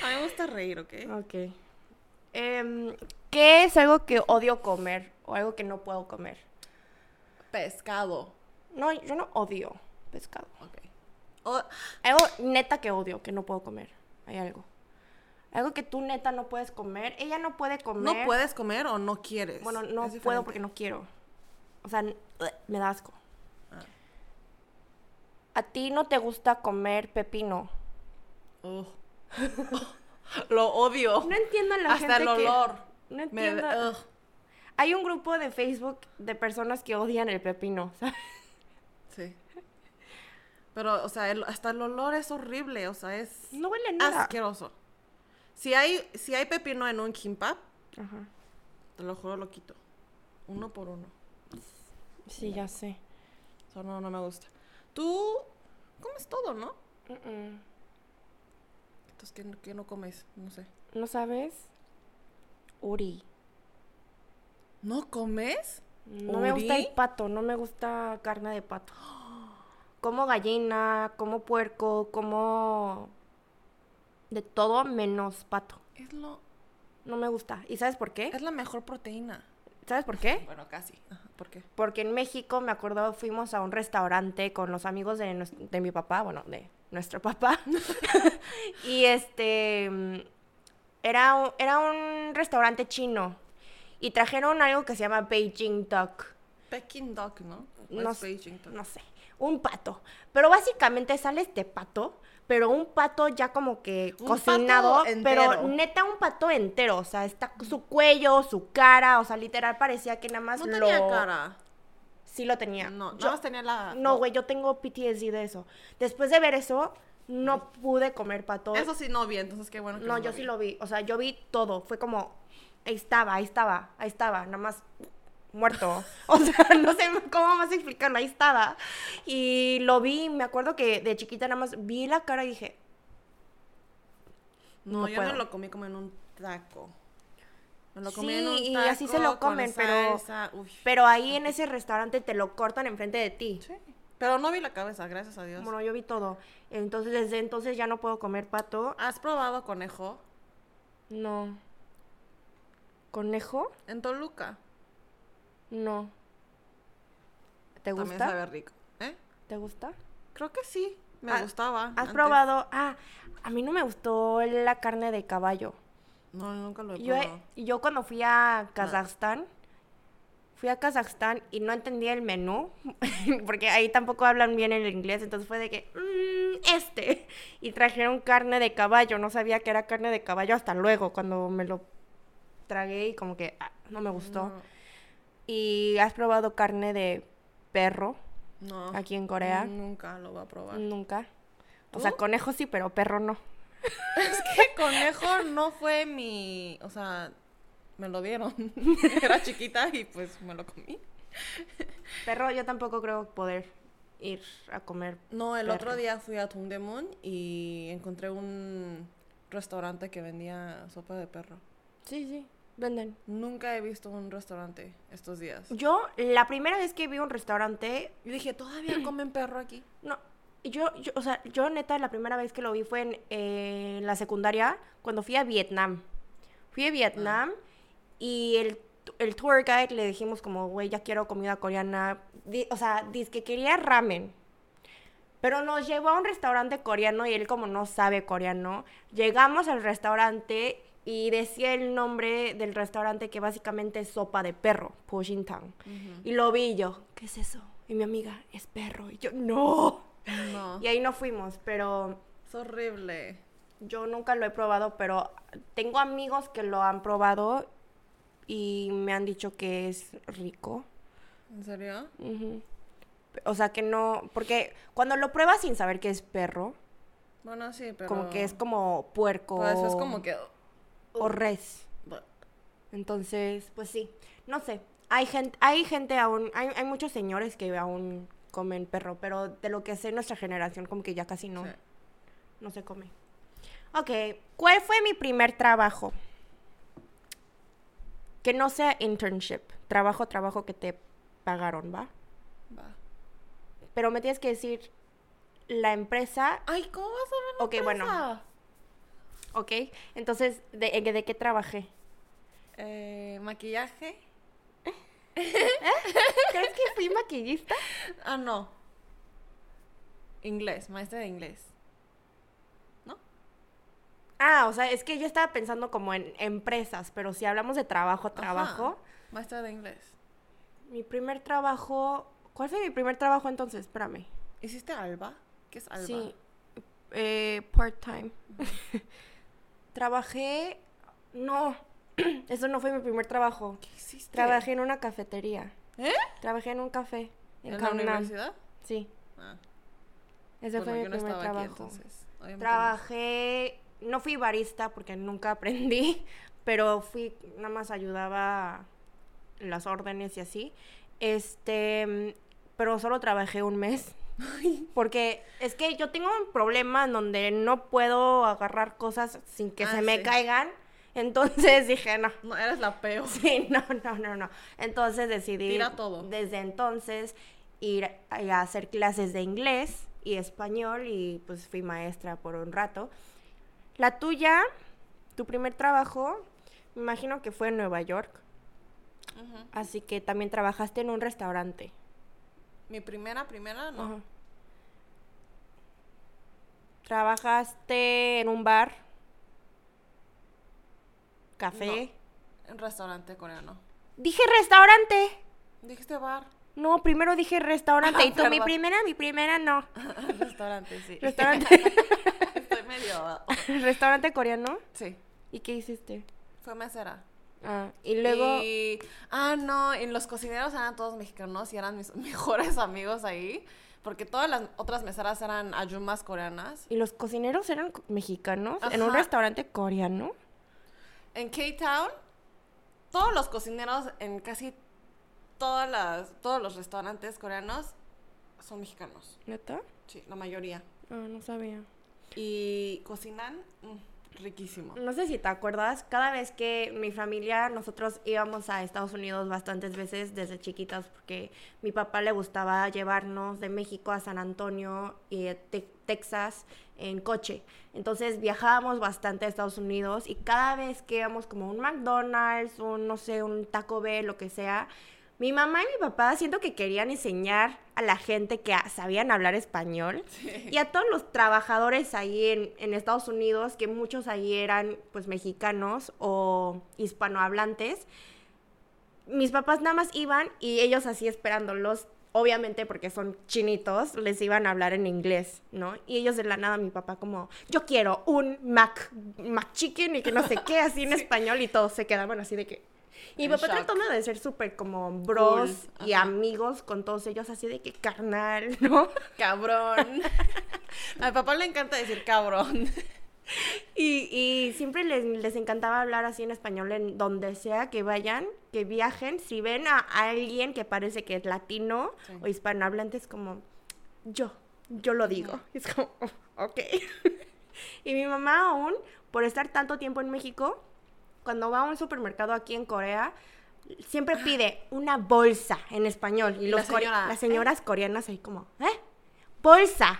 B: A mí me gusta reír, ¿ok?
A: Ok. Em, ¿Qué es algo que odio comer o algo que no puedo comer?
B: Pescado.
A: No, yo no odio pescado.
B: Ok. O-
A: Algo neta que odio, que no puedo comer. Hay algo. Algo que tú neta no puedes comer. Ella no puede comer.
B: ¿No puedes comer o no quieres?
A: Bueno,
B: Es
A: no
B: diferente.
A: puedo porque no quiero. O sea, n- me da asco.
B: Ah.
A: A ti no te gusta comer pepino.
B: Ugh. Oh. lo odio.
A: No entiendo a la
B: Hasta el
A: gente que-
B: olor.
A: No
B: Me-
A: entiendo.
B: ugh.
A: Hay un grupo de Facebook de personas que odian el pepino, ¿sabes?
B: Sí. Pero, o sea, el- hasta el olor es horrible, o sea, es
A: No huele a nada.
B: asqueroso. Si hay, si hay pepino en un kimbap,
A: Ajá.
B: te lo juro, lo quito. Uno por uno.
A: Sí, ya sé.
B: O sea, no, no me gusta. Tú comes todo, ¿no?
A: Mm-mm.
B: Entonces, ¿qué, qué no comes? No sé.
A: ¿No sabes? Uri.
B: ¿No comes?
A: No me gusta el
B: ¿Uri?
A: pato, no me gusta carne de pato. Como gallina, como puerco, como de todo menos pato.
B: Es lo
A: no me gusta. ¿Y sabes por qué?
B: Es la mejor proteína.
A: ¿Sabes por qué?
B: Bueno, casi. Ajá, ¿Por qué?
A: Porque en México, me acuerdo, fuimos a un restaurante con los amigos de, nues- de mi papá, bueno, de nuestro papá. y este. mm, Era un, era un restaurante chino. Y trajeron algo que se llama Beijing Duck.
B: Peking duck, ¿no? ¿O
A: No
B: es
A: sé,
B: Beijing duck?
A: No sé. Un pato. Pero básicamente sale este pato. Pero un pato ya como que
B: Un
A: cocinado.
B: pato
A: Pero
B: entero.
A: neta, un pato entero. O sea, está su cuello, su cara. O sea, literal parecía que nada más
B: No
A: lo.
B: tenía cara.
A: Sí lo tenía.
B: No,
A: Yo-
B: nada más tenía la...
A: no, güey, yo tengo PTSD de eso. Después de ver eso, no pude comer pato.
B: Eso sí no vi, entonces qué bueno Ah, que
A: no, yo
B: lo
A: sí
B: vi.
A: lo vi. O sea, yo vi todo. Fue como, ahí estaba, ahí estaba, ahí estaba, nada más muerto. O sea, no sé cómo más explicarlo, ahí estaba. Y lo vi, me acuerdo que de chiquita nada más vi la cara y dije,
B: No,
A: No
B: yo
A: puedo.
B: me lo comí como en un taco. Me lo
A: Sí,
B: comí en un
A: y
B: taco
A: así se lo
B: con
A: comen, pero-
B: salsa, uy.
A: pero ahí en ese restaurante te lo cortan enfrente de ti.
B: Sí. Pero no vi la cabeza, gracias a Dios.
A: Bueno, yo vi todo. Entonces, desde entonces ya no puedo comer pato.
B: ¿Has probado conejo
A: No. ¿Conejo?
B: en Toluca?
A: No. ¿Te gusta?
B: También sabe rico. ¿Eh?
A: ¿Te gusta?
B: Creo que sí, me
A: Ah,
B: gustaba.
A: ¿Has
B: antes.
A: probado? Ah, a mí no me gustó la carne de caballo.
B: No, nunca lo he
A: Yo, he-
B: probado.
A: yo cuando fui a Kazajstán, fui a Kazajstán y no entendía el menú, porque ahí tampoco hablan bien el inglés, entonces fue de que, "Mm, este, y trajeron carne de caballo, no sabía que era carne de caballo hasta luego, cuando me lo tragué y como que ah, no me gustó. ¿Y has probado carne de perro
B: No. no.
A: aquí en Corea? Mm.
B: Nunca lo voy a probar.
A: Nunca. O
B: ¿Tú?
A: sea, conejo sí, pero perro no.
B: Es que conejo no fue mi. O sea, me lo dieron. Era chiquita y pues me lo comí.
A: Perro yo tampoco creo poder ir a comer.
B: No, el otro
A: Perro.
B: día fui a Tundemun y encontré un restaurante que vendía sopa de perro.
A: Sí, sí, venden.
B: Nunca he visto un restaurante estos días.
A: Yo, la primera vez que vi un restaurante,
B: Y dije, ¿todavía comen perro aquí?
A: no, yo, yo, o sea, yo neta, la primera vez que lo vi fue en, eh, en la secundaria, cuando fui a Vietnam. Fui a Vietnam y el, el tour guide le dijimos como, güey, ya quiero comida coreana. Di- o sea, dice que quería ramen. Pero nos llevó a un restaurante coreano y él como no sabe coreano, llegamos al restaurante y decía el nombre del restaurante que básicamente es sopa de perro, Pujintang. Y lo vi y yo, ¿qué es eso? Y mi amiga, es perro. Y yo, no.
B: No.
A: Y ahí no fuimos, pero
B: Es horrible.
A: yo nunca lo he probado, pero tengo amigos que lo han probado y me han dicho que es rico.
B: ¿En serio?
A: Ujú. O sea que no, porque cuando lo pruebas sin saber que es perro,
B: Bueno, sí, pero.
A: como que es como puerco
B: Pero eso es como que.
A: o res. Entonces, pues sí, no sé. Hay gente, hay gente aún, hay, hay muchos señores que aún comen perro, pero de lo que sé nuestra generación como que ya casi no,
B: Sí.
A: no se come. Ok, ¿cuál fue mi primer trabajo? Que no sea internship, trabajo, trabajo que te pagaron, ¿va?
B: Va.
A: Pero me tienes que decir la empresa,
B: Ay, ¿cómo vas a ver? la
A: Ok, bueno.
B: empresa?
A: ¿ok? Entonces, ¿de, de qué trabajé?
B: Eh, maquillaje.
A: ¿Crees que fui maquillista?
B: Ah, no. Inglés, maestra de inglés. ¿No?
A: Ah, o sea, es que yo estaba pensando como en empresas, pero si hablamos de trabajo, trabajo,
B: Ajá, Maestra de inglés.
A: mi primer trabajo, ¿cuál fue mi primer trabajo entonces? Espérame.
B: ¿Hiciste este alba? ¿Qué es alba?
A: Sí, eh, part-time. Trabajé, no, eso no fue mi primer trabajo.
B: ¿Qué hiciste?
A: Trabajé en una cafetería,
B: ¿Eh?
A: trabajé en un café, en,
B: ¿En, la
A: Gangnam.
B: universidad?
A: Sí,
B: Ah,
A: ese
B: bueno,
A: fue mi
B: yo no
A: primer
B: estaba
A: trabajo.
B: aquí entonces. obviamente
A: Trabajé, no fui barista porque nunca aprendí, pero fui, nada más ayudaba en las órdenes y así. Este, mm, pero solo trabajé un mes. Porque es que yo tengo un problema en donde no puedo agarrar cosas sin que
B: Ah,
A: se me
B: sí.
A: caigan. Entonces dije, no,
B: No, No, eres la peor.
A: sí, no, no, no, no. Entonces decidí
B: Tira todo.
A: desde entonces ir a a hacer clases de inglés y español y pues fui maestra por un rato. La tuya, tu primer trabajo, Me imagino que fue en Nueva York.
B: Ujú.
A: Así que también trabajaste en un restaurante.
B: Mi primera, primera, no.
A: Ajá. Trabajaste en un bar. Café.
B: En restaurante coreano.
A: Dije restaurante.
B: Dijiste bar.
A: No, primero dije restaurante.
B: Ah,
A: y tú, mi
B: perdón.
A: primera, mi primera no.
B: restaurante, sí.
A: Restaurante.
B: Estoy medio.
A: restaurante coreano.
B: Sí.
A: ¿Y qué hiciste?
B: Fue mesera.
A: Ah, y luego.
B: Y- ah, no, en los cocineros eran todos mexicanos y eran mis mejores amigos ahí. Porque todas las otras meseras eran ayumas coreanas.
A: ¿Y los cocineros eran co- mexicanos en un
B: Ajá.
A: restaurante coreano?
B: En K-Town, todos los cocineros en casi todas las, todos los restaurantes coreanos son mexicanos.
A: ¿Neta?
B: Sí, la mayoría.
A: Ah, no sabía.
B: Y cocinan mm, riquísimo.
A: No sé si te acuerdas, cada vez que mi familia, nosotros íbamos a Estados Unidos bastantes veces desde chiquitas, porque mi papá le gustaba llevarnos de México a San Antonio y a Te- Texas en coche. Entonces viajábamos bastante a Estados Unidos y cada vez que íbamos como a un McDonald's, un no sé, un Taco Bell, lo que sea, mi mamá y mi papá siento que querían enseñar a la gente que a- sabían hablar español y a todos los trabajadores ahí en, en Estados Unidos, que muchos ahí eran pues mexicanos o hispanohablantes, mis papás nada más iban y ellos así esperándolos, obviamente porque son chinitos, les iban a hablar en inglés, ¿no? Y ellos de la nada, mi papá como, yo quiero un Mac, Mac Chicken y que no sé qué, así en español y todos se quedaban así de que... Y mi
B: En
A: papá
B: shock.
A: tratando de ser súper como bros
B: Cool,
A: y
B: ajá.
A: amigos con todos ellos, así de que carnal, ¿no?
B: Cabrón. A mi papá le encanta decir cabrón.
A: Y, y siempre les, les encantaba hablar así en español en donde sea que vayan, que viajen. Si ven a alguien que parece que es latino
B: Sí.
A: o hispanohablante, es como, yo, yo lo digo. Es como, "Oh, ok. y mi mamá aún, por estar tanto tiempo en México, cuando va a un supermercado aquí en Corea, siempre pide una bolsa en español. Y
B: Ah. La
A: los core-
B: señora,
A: las
B: "¿Eh?".
A: señoras coreanas ahí como, ¿eh? Bolsa.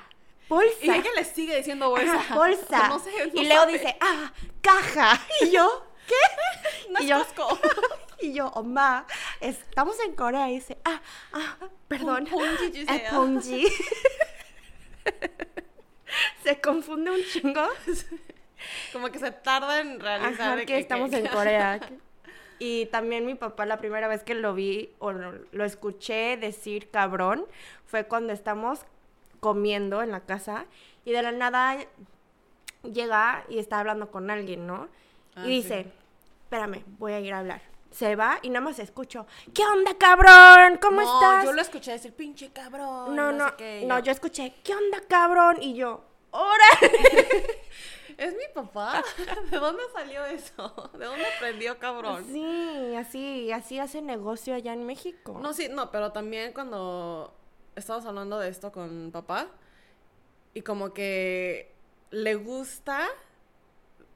A: Bolsa.
B: Y ella le sigue diciendo bolsa.
A: Ajá, bolsa.
B: No sé, no
A: y Leo
B: sabe.
A: dice, ah, caja. Y yo,
B: No es
A: y yo-
B: Costco.
A: y yo, Oma, estamos en Corea. Y dice, ah, ah, perdón.
B: Pon- ponji
A: Eh,
B: juice.
A: ponji. Se confunde un chingo.
B: Como que se tarda en realizar
A: Ajá,
B: de
A: que, estamos en Corea. Y también mi papá, la primera vez que lo vi o lo, lo escuché decir cabrón, fue cuando estamos comiendo en la casa y de la nada llega y está hablando con alguien, ¿no?
B: Ah,
A: y
B: sí.
A: dice, espérame, voy a ir a hablar. Se va y nada más escucho, ¿qué onda, cabrón? ¿Cómo
B: no,
A: estás?
B: yo lo escuché decir, pinche cabrón.
A: no, no,
B: sé qué, y
A: no,
B: yo,
A: yo escuché, ¿qué onda, cabrón? Y yo, ¡órale!
B: ¿Es mi papá? ¿De dónde salió eso? ¿De dónde aprendió cabrón?
A: Sí, así, así hace negocio allá en México.
B: No, sí, no, pero también cuando estábamos hablando de esto con papá y como que le gusta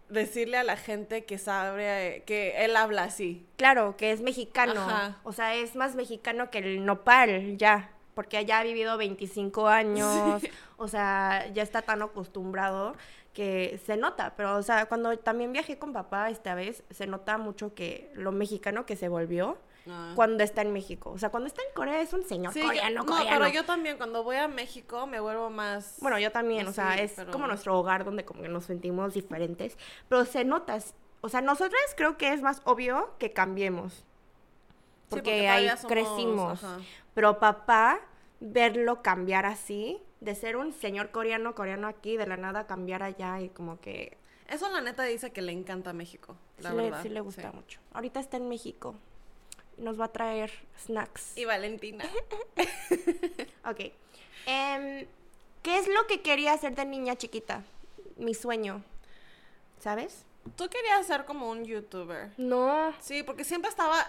B: decirle a la gente que sabe, eh, que él habla así.
A: Claro, que es mexicano.
B: Ajá.
A: O sea, es más mexicano que el nopal, ya. Porque allá ha vivido 25 años. O sea, ya está tan acostumbrado que se nota. Pero, o sea, cuando también viajé con papá esta vez, se nota mucho que lo mexicano que se volvió cuando está en México. O sea, cuando está en Corea es un señor
B: Ah. Sí, yo-
A: coreano,
B: no,
A: coreano.
B: pero yo también cuando voy a México me vuelvo más...
A: Bueno, yo también, o sea,
B: Pues Sí,
A: es
B: pero-
A: como nuestro hogar donde como que nos sentimos diferentes, pero se nota, es- o sea, nosotras creo que es más obvio que cambiemos,
B: Sí,
A: porque, ahí
B: todavía somos-
A: crecimos,
B: ajá.
A: pero papá, verlo cambiar así, de ser un señor coreano, coreano aquí, de la nada a cambiar allá y como que
B: Eso la neta dice que le encanta México,
A: sí
B: la
A: le,
B: verdad.
A: sí le gusta mucho. Ahorita está en México, nos va a traer snacks.
B: Y Valentina.
A: Ok, Em, ¿qué es lo que quería hacer de niña chiquita? Mi sueño, ¿sabes?
B: Tú querías ser como un youtuber.
A: No.
B: Sí, porque siempre estaba,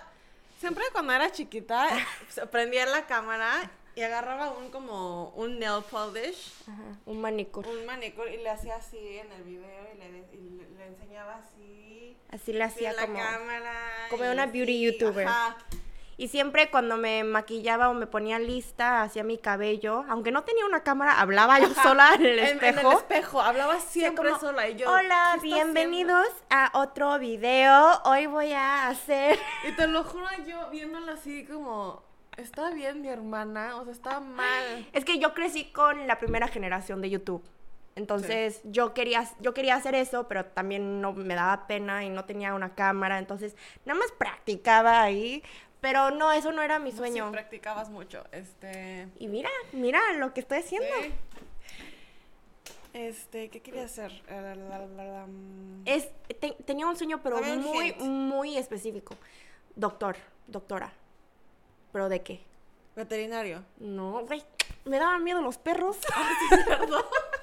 B: siempre cuando era chiquita, se prendía la cámara y agarraba un como un nail polish,
A: Un manicure.
B: un manicure y le hacía así en el video y le, de- y le- le enseñaba así.
A: Así le
B: así
A: hacía
B: en la
A: como.
B: cámara.
A: como
B: y
A: una beauty
B: así,
A: youtuber.
B: ajá.
A: Y siempre cuando me maquillaba o me ponía lista, hacía mi cabello, aunque no tenía una cámara, hablaba yo sola en el
B: En-
A: espejo.
B: En, el espejo, hablaba siempre
A: como,
B: sola y yo.
A: Hola,
B: "¿Qué estás
A: bienvenidos a otro video. Hoy voy a hacer...
B: haciendo?". Y te lo juro, yo viéndola así como, está bien mi hermana, o sea, está mal.
A: Es que yo crecí con la primera generación de YouTube. Entonces yo, quería, yo quería hacer eso, pero también no me daba pena y no tenía una cámara. Entonces nada más practicaba ahí. Pero no, eso no era mi sueño.
B: Sí, practicabas mucho, este...
A: Y mira, mira lo que estoy haciendo.
B: sí. Este, ¿qué quería hacer? Eh, la, la, la, la, mm,
A: Es, te- tenía un sueño, pero
B: A ver,
A: muy,
B: gente.
A: muy específico. Doctor, doctora. ¿Pero de qué?
B: Veterinario.
A: No, güey. Me daban miedo los perros.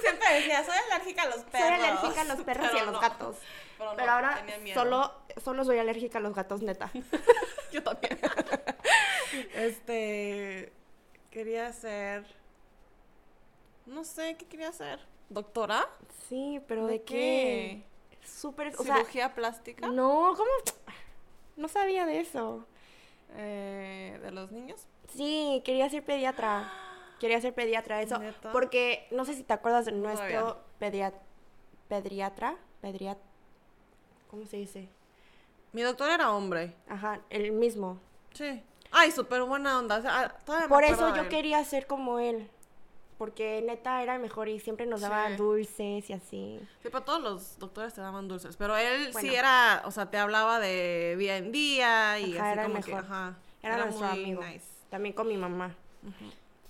B: Siempre decía, soy alérgica a los
A: Soy alérgica a los perros y a
B: Pero
A: los
B: no,
A: gatos.
B: Pero, no,
A: Pero ahora
B: tenía miedo.
A: solo, solo soy alérgica a los gatos, neta.
B: Yo también. este. Quería ser. No sé, ¿qué quería hacer? ¿Doctora?
A: Sí, pero ¿de,
B: ¿De
A: qué? Súper. O sea,
B: ¿Cirugía plástica?
A: no, ¿cómo? No sabía de eso.
B: Eh, ¿De los niños?
A: Sí, quería ser pediatra. Quería ser pediatra, eso.
B: ¿Neta?
A: Porque no sé si te acuerdas de nuestro
B: sabía.
A: pediatra. Pediatra. Pediatra. ¿Cómo se dice?
B: Mi doctor era hombre.
A: Ajá, el mismo.
B: Sí. Ay, súper buena onda. o sea, ah, todavía me
A: Por
B: acuerdo
A: eso
B: de
A: yo
B: él.
A: quería ser como él. Porque neta era el mejor y siempre nos daba
B: Sí.
A: dulces y así.
B: Sí, pero todos los doctores te daban dulces. Pero él
A: Bueno.
B: sí era, o sea, te hablaba de día en día y
A: Ajá, era
B: así
A: el
B: como
A: mejor.
B: que, ajá.
A: Era, nuestro
B: muy
A: amigo.
B: nice.
A: También con mi mamá.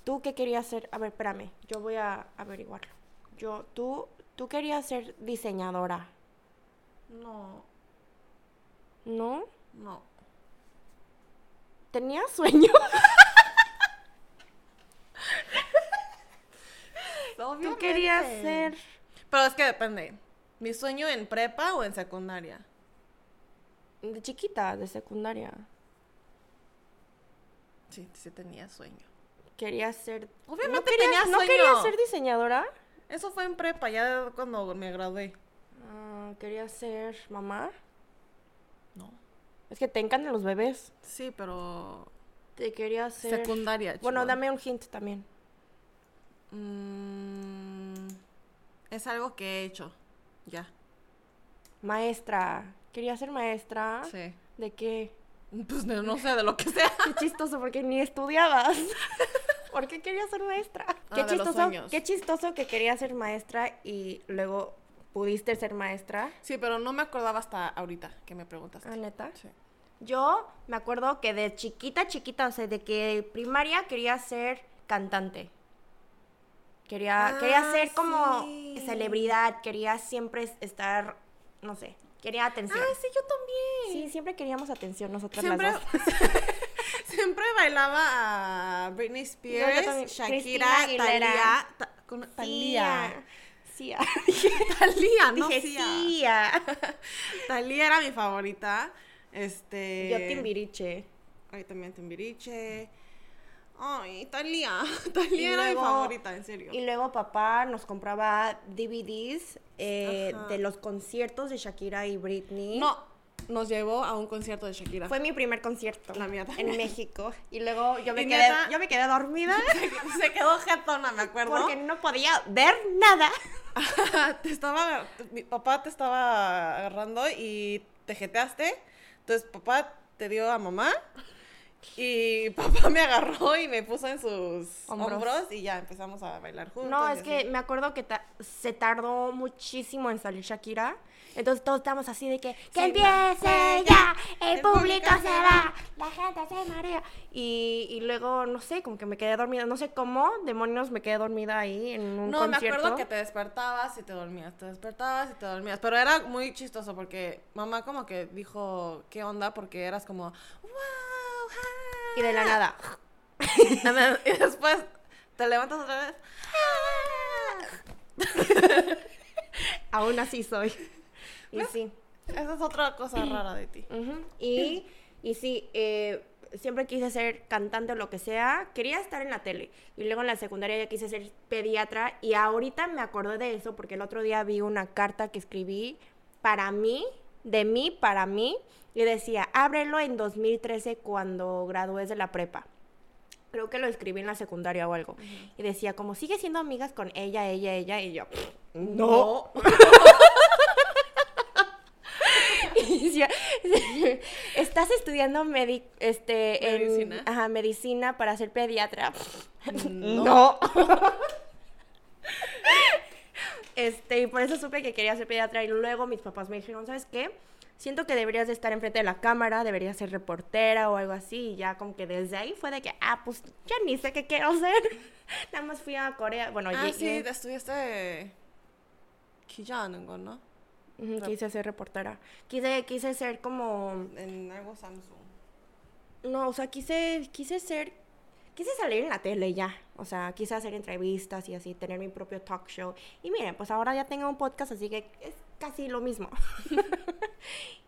A: ¿Tú qué querías ser? A ver, espérame. Yo voy a averiguarlo. Yo, tú, tú querías ser diseñadora,
B: No,
A: ¿no?
B: no.
A: ¿Tenías sueño? ¿Tú querías
B: Obviamente.
A: ser?
B: Pero es que depende. ¿Mi sueño en prepa o en secundaria?
A: De chiquita, de secundaria.
B: Sí, sí tenía sueño.
A: Querías ser.
B: Obviamente
A: ¿No querías,
B: tenía
A: ¿No
B: sueño.
A: querías ser diseñadora?
B: Eso fue en prepa, ya cuando me gradué.
A: Ah, ¿Querías ser mamá?
B: No.
A: Es que te encantan los bebés.
B: Sí, pero
A: Te querías ser.
B: secundaria.
A: bueno,
B: chingón.
A: dame un hint también.
B: Mm, es algo que he hecho. Ya.
A: Maestra. ¿Querías ser maestra?
B: Sí.
A: ¿De qué?
B: Pues no no sé, de lo que sea.
A: Qué chistoso, porque ni estudiabas. ¿Por qué querías ser maestra?
B: Ah,
A: qué,
B: de los
A: chistoso,
B: sueños.
A: qué chistoso que querías ser maestra y luego pudiste ser maestra.
B: Sí, pero no me acordaba hasta ahorita que me preguntaste.
A: Ah, ¿neta?
B: Sí.
A: Yo me acuerdo que de chiquita, chiquita, o sea, de que primaria quería ser cantante. Quería,
B: Ah,
A: quería ser como
B: sí.
A: celebridad, quería siempre estar, no sé, quería atención.
B: Ah, sí, yo también.
A: sí, siempre queríamos atención nosotras
B: Siempre,
A: las dos.
B: siempre bailaba a Britney
A: Yo- yo
B: Spears,
A: también.
B: Shakira,
A: Cristina Aguilera.
B: Talía. Ta- con-
A: Tía.
B: Talía.
A: Sia.
B: Talía, no
A: Dije,
B: Sia. ah.
A: Sia.
B: Talía era mi favorita. Este.
A: Yo Timbiriche.
B: Ay, también Timbiriche. Ay, Talía.
A: Y
B: Talía era
A: luego-
B: mi favorita, en serio.
A: Y luego papá nos compraba DVDs eh,
B: Ajá.
A: de los conciertos de Shakira y Britney.
B: No, nos llevó a un concierto de Shakira.
A: Fue mi primer concierto
B: La mía
A: en
B: también.
A: México. Y luego yo me,
B: Y
A: quedé,
B: neta-
A: yo me quedé dormida
B: Se quedó jetona, me acuerdo.
A: porque no podía ver nada.
B: te estaba, mi papá te estaba agarrando y te jeteaste. Entonces papá te dio a mamá y papá me agarró y me puso en sus
A: Hombros.
B: hombros, y ya empezamos a bailar juntos.
A: No,
B: y
A: es
B: así.
A: que me acuerdo que ta- se tardó muchísimo en salir Shakira. Entonces todos estábamos así de que que
B: Sí,
A: empiece
B: ya.
A: ya, el
B: El
A: público
B: público
A: se
B: se
A: va, la gente se marea. Y, y luego, no sé, como que me quedé dormida. No sé cómo, demonios, me quedé dormida ahí en un
B: No, me
A: concierto.
B: acuerdo que te despertabas y te dormías, te despertabas y te dormías. Pero era muy chistoso porque mamá como que dijo, ¿qué onda? Porque eras como, wow,
A: Y
B: Ah.
A: de la nada.
B: nada. y después te levantas otra vez.
A: Aún así soy. Y sí.
B: Esa es otra cosa rara de ti.
A: Ujú. y, y sí, eh, siempre quise ser cantante o lo que sea. Quería estar en la tele. Y luego en la secundaria ya quise ser pediatra. Y ahorita me acordé de eso porque el otro día vi una carta que escribí para mí, de mí, para mí. Y decía, ábrelo en 2013 cuando gradué de la prepa. Creo que lo escribí en la secundaria o algo. Y decía, como sigue siendo amigas con ella, ella, ella, y yo, no. Y decía, Estás estudiando medi- este, en-
B: Medicina.
A: ajá, medicina para ser pediatra.
B: Mm, No.
A: Este, y por eso supe que quería ser pediatra y luego mis papás me dijeron, ¿sabes qué? Siento que deberías de estar enfrente de la cámara, deberías ser reportera o algo así. Y ya como que desde ahí fue de que, ah, pues ya ni sé qué quiero ser. Nada más fui a Corea, bueno,
B: Ah, sí,
A: llegué,
B: estudiaste Kiyanengo, ¿no?
A: Ujú, quise ser reportera. Quise, quise ser como,
B: En algo Samsung.
A: no, o sea, quise, quise ser, quise salir en la tele ya. O sea, quise hacer entrevistas y así, tener mi propio talk show. Y miren, pues ahora ya tengo un podcast, así que es casi lo mismo.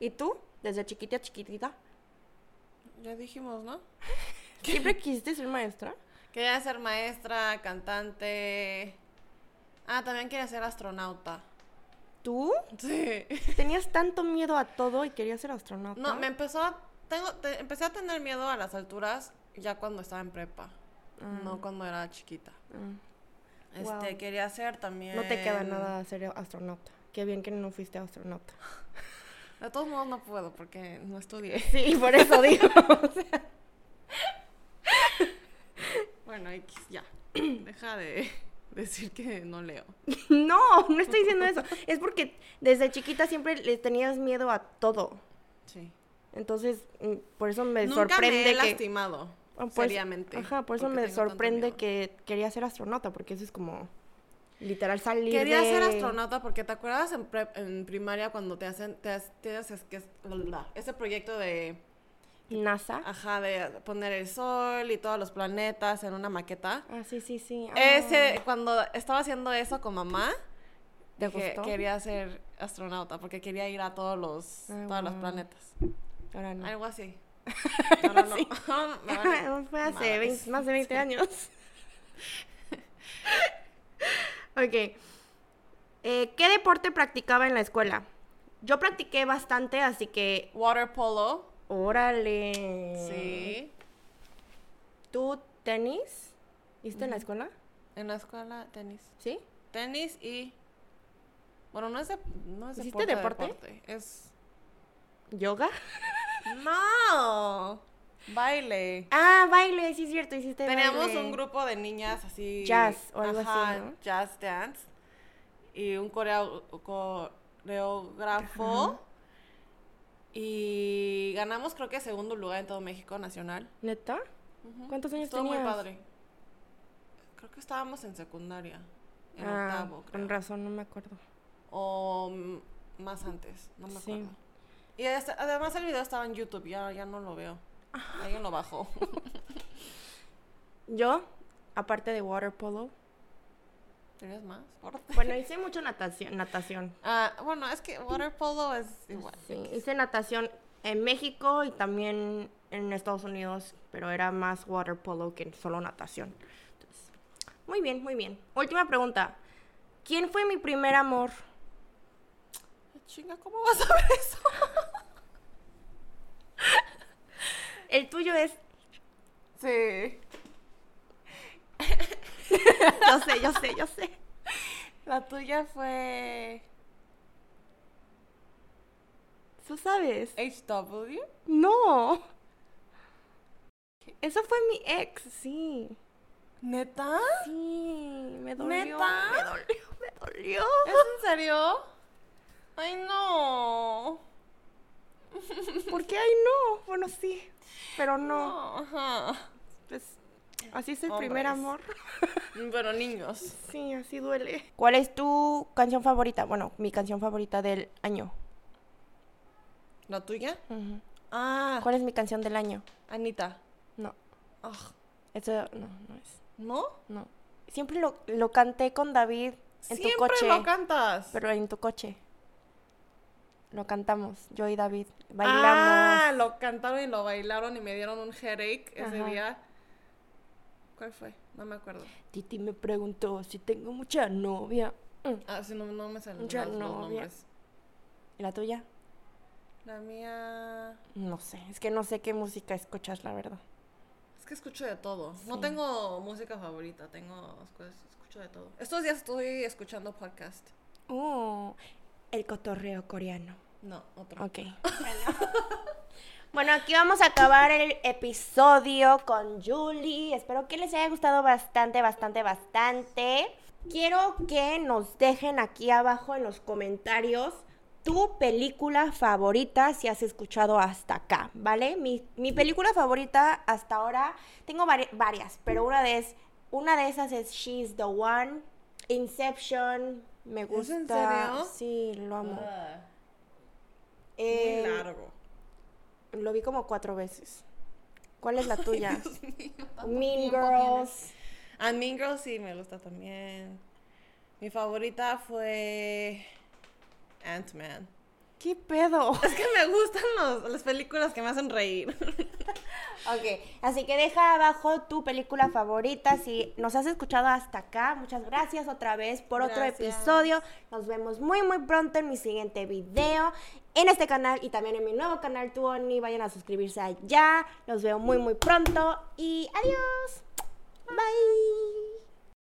A: ¿Y tú? Desde chiquita, chiquitita.
B: Ya dijimos, ¿no?
A: ¿Siempre quisiste ser maestra?
B: Quería ser maestra, cantante. Ah, también quería ser astronauta.
A: ¿Tú?
B: Sí.
A: ¿Tenías tanto miedo a todo y querías ser astronauta?
B: No, me empezó a, tengo, te- empecé a tener miedo a las alturas ya cuando estaba en prepa, no cuando era chiquita.
A: Mm.
B: Este,
A: Wow.
B: quería hacer también...
A: No te queda nada ser astronauta. Qué bien que no fuiste astronauta.
B: De todos modos no puedo porque no estudié.
A: Sí, por eso digo.
B: Bueno, X, ya. Deja de decir que no leo.
A: no, no estoy diciendo eso. Es porque desde chiquita siempre le tenías miedo a todo.
B: Sí.
A: Entonces, mm, por eso me
B: Nunca
A: sorprende
B: me
A: que...
B: he lastimado,
A: Ah, por eso-
B: seriamente.
A: Ajá, por eso
B: porque
A: me
B: tengo tanto
A: sorprende
B: miedo.
A: que querías ser astronauta, porque eso es como literal salir
B: Quería ser
A: de-
B: astronauta porque te acuerdas en, prep- en primaria cuando te hacen, te has- tienes es- que es- ese proyecto de
A: NASA.
B: Ajá, de poner el sol y todos los planetas en una maqueta.
A: Ah, sí, sí, sí. Ah.
B: Ese, cuando estaba haciendo eso con mamá,
A: ¿Te
B: dije,
A: gustó?
B: quería ser astronauta porque quería ir a todos los,
A: Ay,
B: todos los
A: Ah, guau.
B: planetas.
A: Ahora no.
B: Algo así. No, no, no. Me vale
A: Fue hace
B: madres.
A: 20 más de 20 años. ok. Eh, ¿Qué deporte practicaba en la escuela? Yo practiqué bastante, así que.
B: Water polo.
A: Órale.
B: Sí.
A: ¿Tú tenis? ¿Hiciste en la escuela?
B: En la escuela, tenis.
A: ¿Sí?
B: Tenis y... Bueno, no es, de, no es
A: ¿Hiciste
B: deporte.
A: deporte?
B: deporte, Es...
A: ¿Yoga?
B: ¡No! Baile.
A: Ah, baile, sí es cierto, hiciste
B: Teníamos
A: baile.
B: un grupo de niñas así.
A: Jazz o algo así, ¿no?
B: Jazz dance. Y un coreo- coreógrafo. Y ganamos, creo que, segundo lugar en todo México nacional.
A: ¿Neta?
B: Ujú.
A: ¿Cuántos años
B: Estuvo muy
A: tenías?
B: padre. Creo que estábamos en secundaria. En
A: ah,
B: octavo, creo.
A: con razón, no me acuerdo.
B: O mm, más antes, no me
A: Sí.
B: acuerdo. Y hasta- además el video estaba en YouTube, ya, ya no lo veo. Alguien lo bajó.
A: Yo, aparte de water polo,
B: ¿Tenías más? Por-
A: bueno, hice mucho natación, natación.
B: Ah, bueno, es que water polo es igual.
A: Sí, hice natación en México y también en Estados Unidos, pero era más water polo que solo natación. Entonces, muy bien, muy bien. Última pregunta. ¿Quién fue mi primer amor?
B: Ah, Chinga, ¿cómo vas a ver eso?
A: El tuyo es...
B: Sí.
A: Yo sé, yo sé, yo sé.
B: La tuya fue
A: Tú sabes.
B: HW.
A: No. Eso fue mi ex, sí.
B: ¿Neta?
A: Sí, me dolió.
B: ¿Neta?
A: Me dolió, me dolió.
B: ¿Es en serio? Ay, no.
A: ¿Por qué? Ay, no. Bueno, sí. Pero no.
B: No, ajá.
A: Pues, así es el primer
B: Hombres.
A: amor.
B: Pero niños.
A: Sí, así duele. ¿Cuál es tu canción favorita? Bueno, mi canción favorita del año.
B: ¿La tuya? Ah,
A: ¿Cuál es mi canción del año?
B: Anita.
A: No.
B: Ah,
A: Eso no, no es.
B: ¿No?
A: No. Siempre lo, lo canté con David en
B: Siempre
A: tu coche.
B: lo cantas.
A: Pero en tu coche. Lo cantamos, yo y David. Bailamos.
B: Ah, lo cantaron y lo bailaron y me dieron un headache ese
A: Ajá.
B: día. ¿Cuál fue? No me acuerdo.
A: Titi me preguntó si tengo mucha novia. Mm.
B: Ah, sí, no, no me salen
A: Mucha
B: los, los
A: novia.
B: nombres.
A: ¿Y la tuya?
B: La mía...
A: No sé, es que no sé qué música escuchas, la verdad.
B: Es que escucho de todo. No
A: Sí.
B: tengo música favorita, tengo... escu- Escucho de todo. Estos días estoy escuchando podcast.
A: Uh, el cotorreo coreano.
B: No, otro.
A: Ok. bueno, aquí vamos a acabar el episodio con Julie. Espero que les haya gustado bastante, bastante, bastante. Quiero que nos dejen aquí abajo en los comentarios tu película favorita si has escuchado hasta acá, ¿vale? Mi, mi película favorita hasta ahora, tengo vari- varias, pero una de, es, una de esas es She's the One, Inception, me
B: ¿Es
A: gusta.
B: en serio?
A: Sí, lo amo.
B: Ah,
A: Eh,
B: Muy largo.
A: Lo vi como cuatro veces. ¿Cuál es la tuya?
B: Dios mío, tanto
A: mean
B: tiempo
A: Girls.
B: tienes. A Mean Girls sí me gusta también. Mi favorita fue Ant-Man.
A: ¿Qué pedo?
B: Es que me gustan los- las películas que me hacen reír.
A: Ok, así que deja abajo tu película favorita. Si nos has escuchado hasta acá, muchas gracias otra vez por otro
B: Gracias.
A: episodio. Nos vemos muy, muy pronto en mi siguiente video, en este canal y también en mi nuevo canal Tuoni. Vayan a suscribirse allá. Los veo muy, muy pronto y adiós. Bye.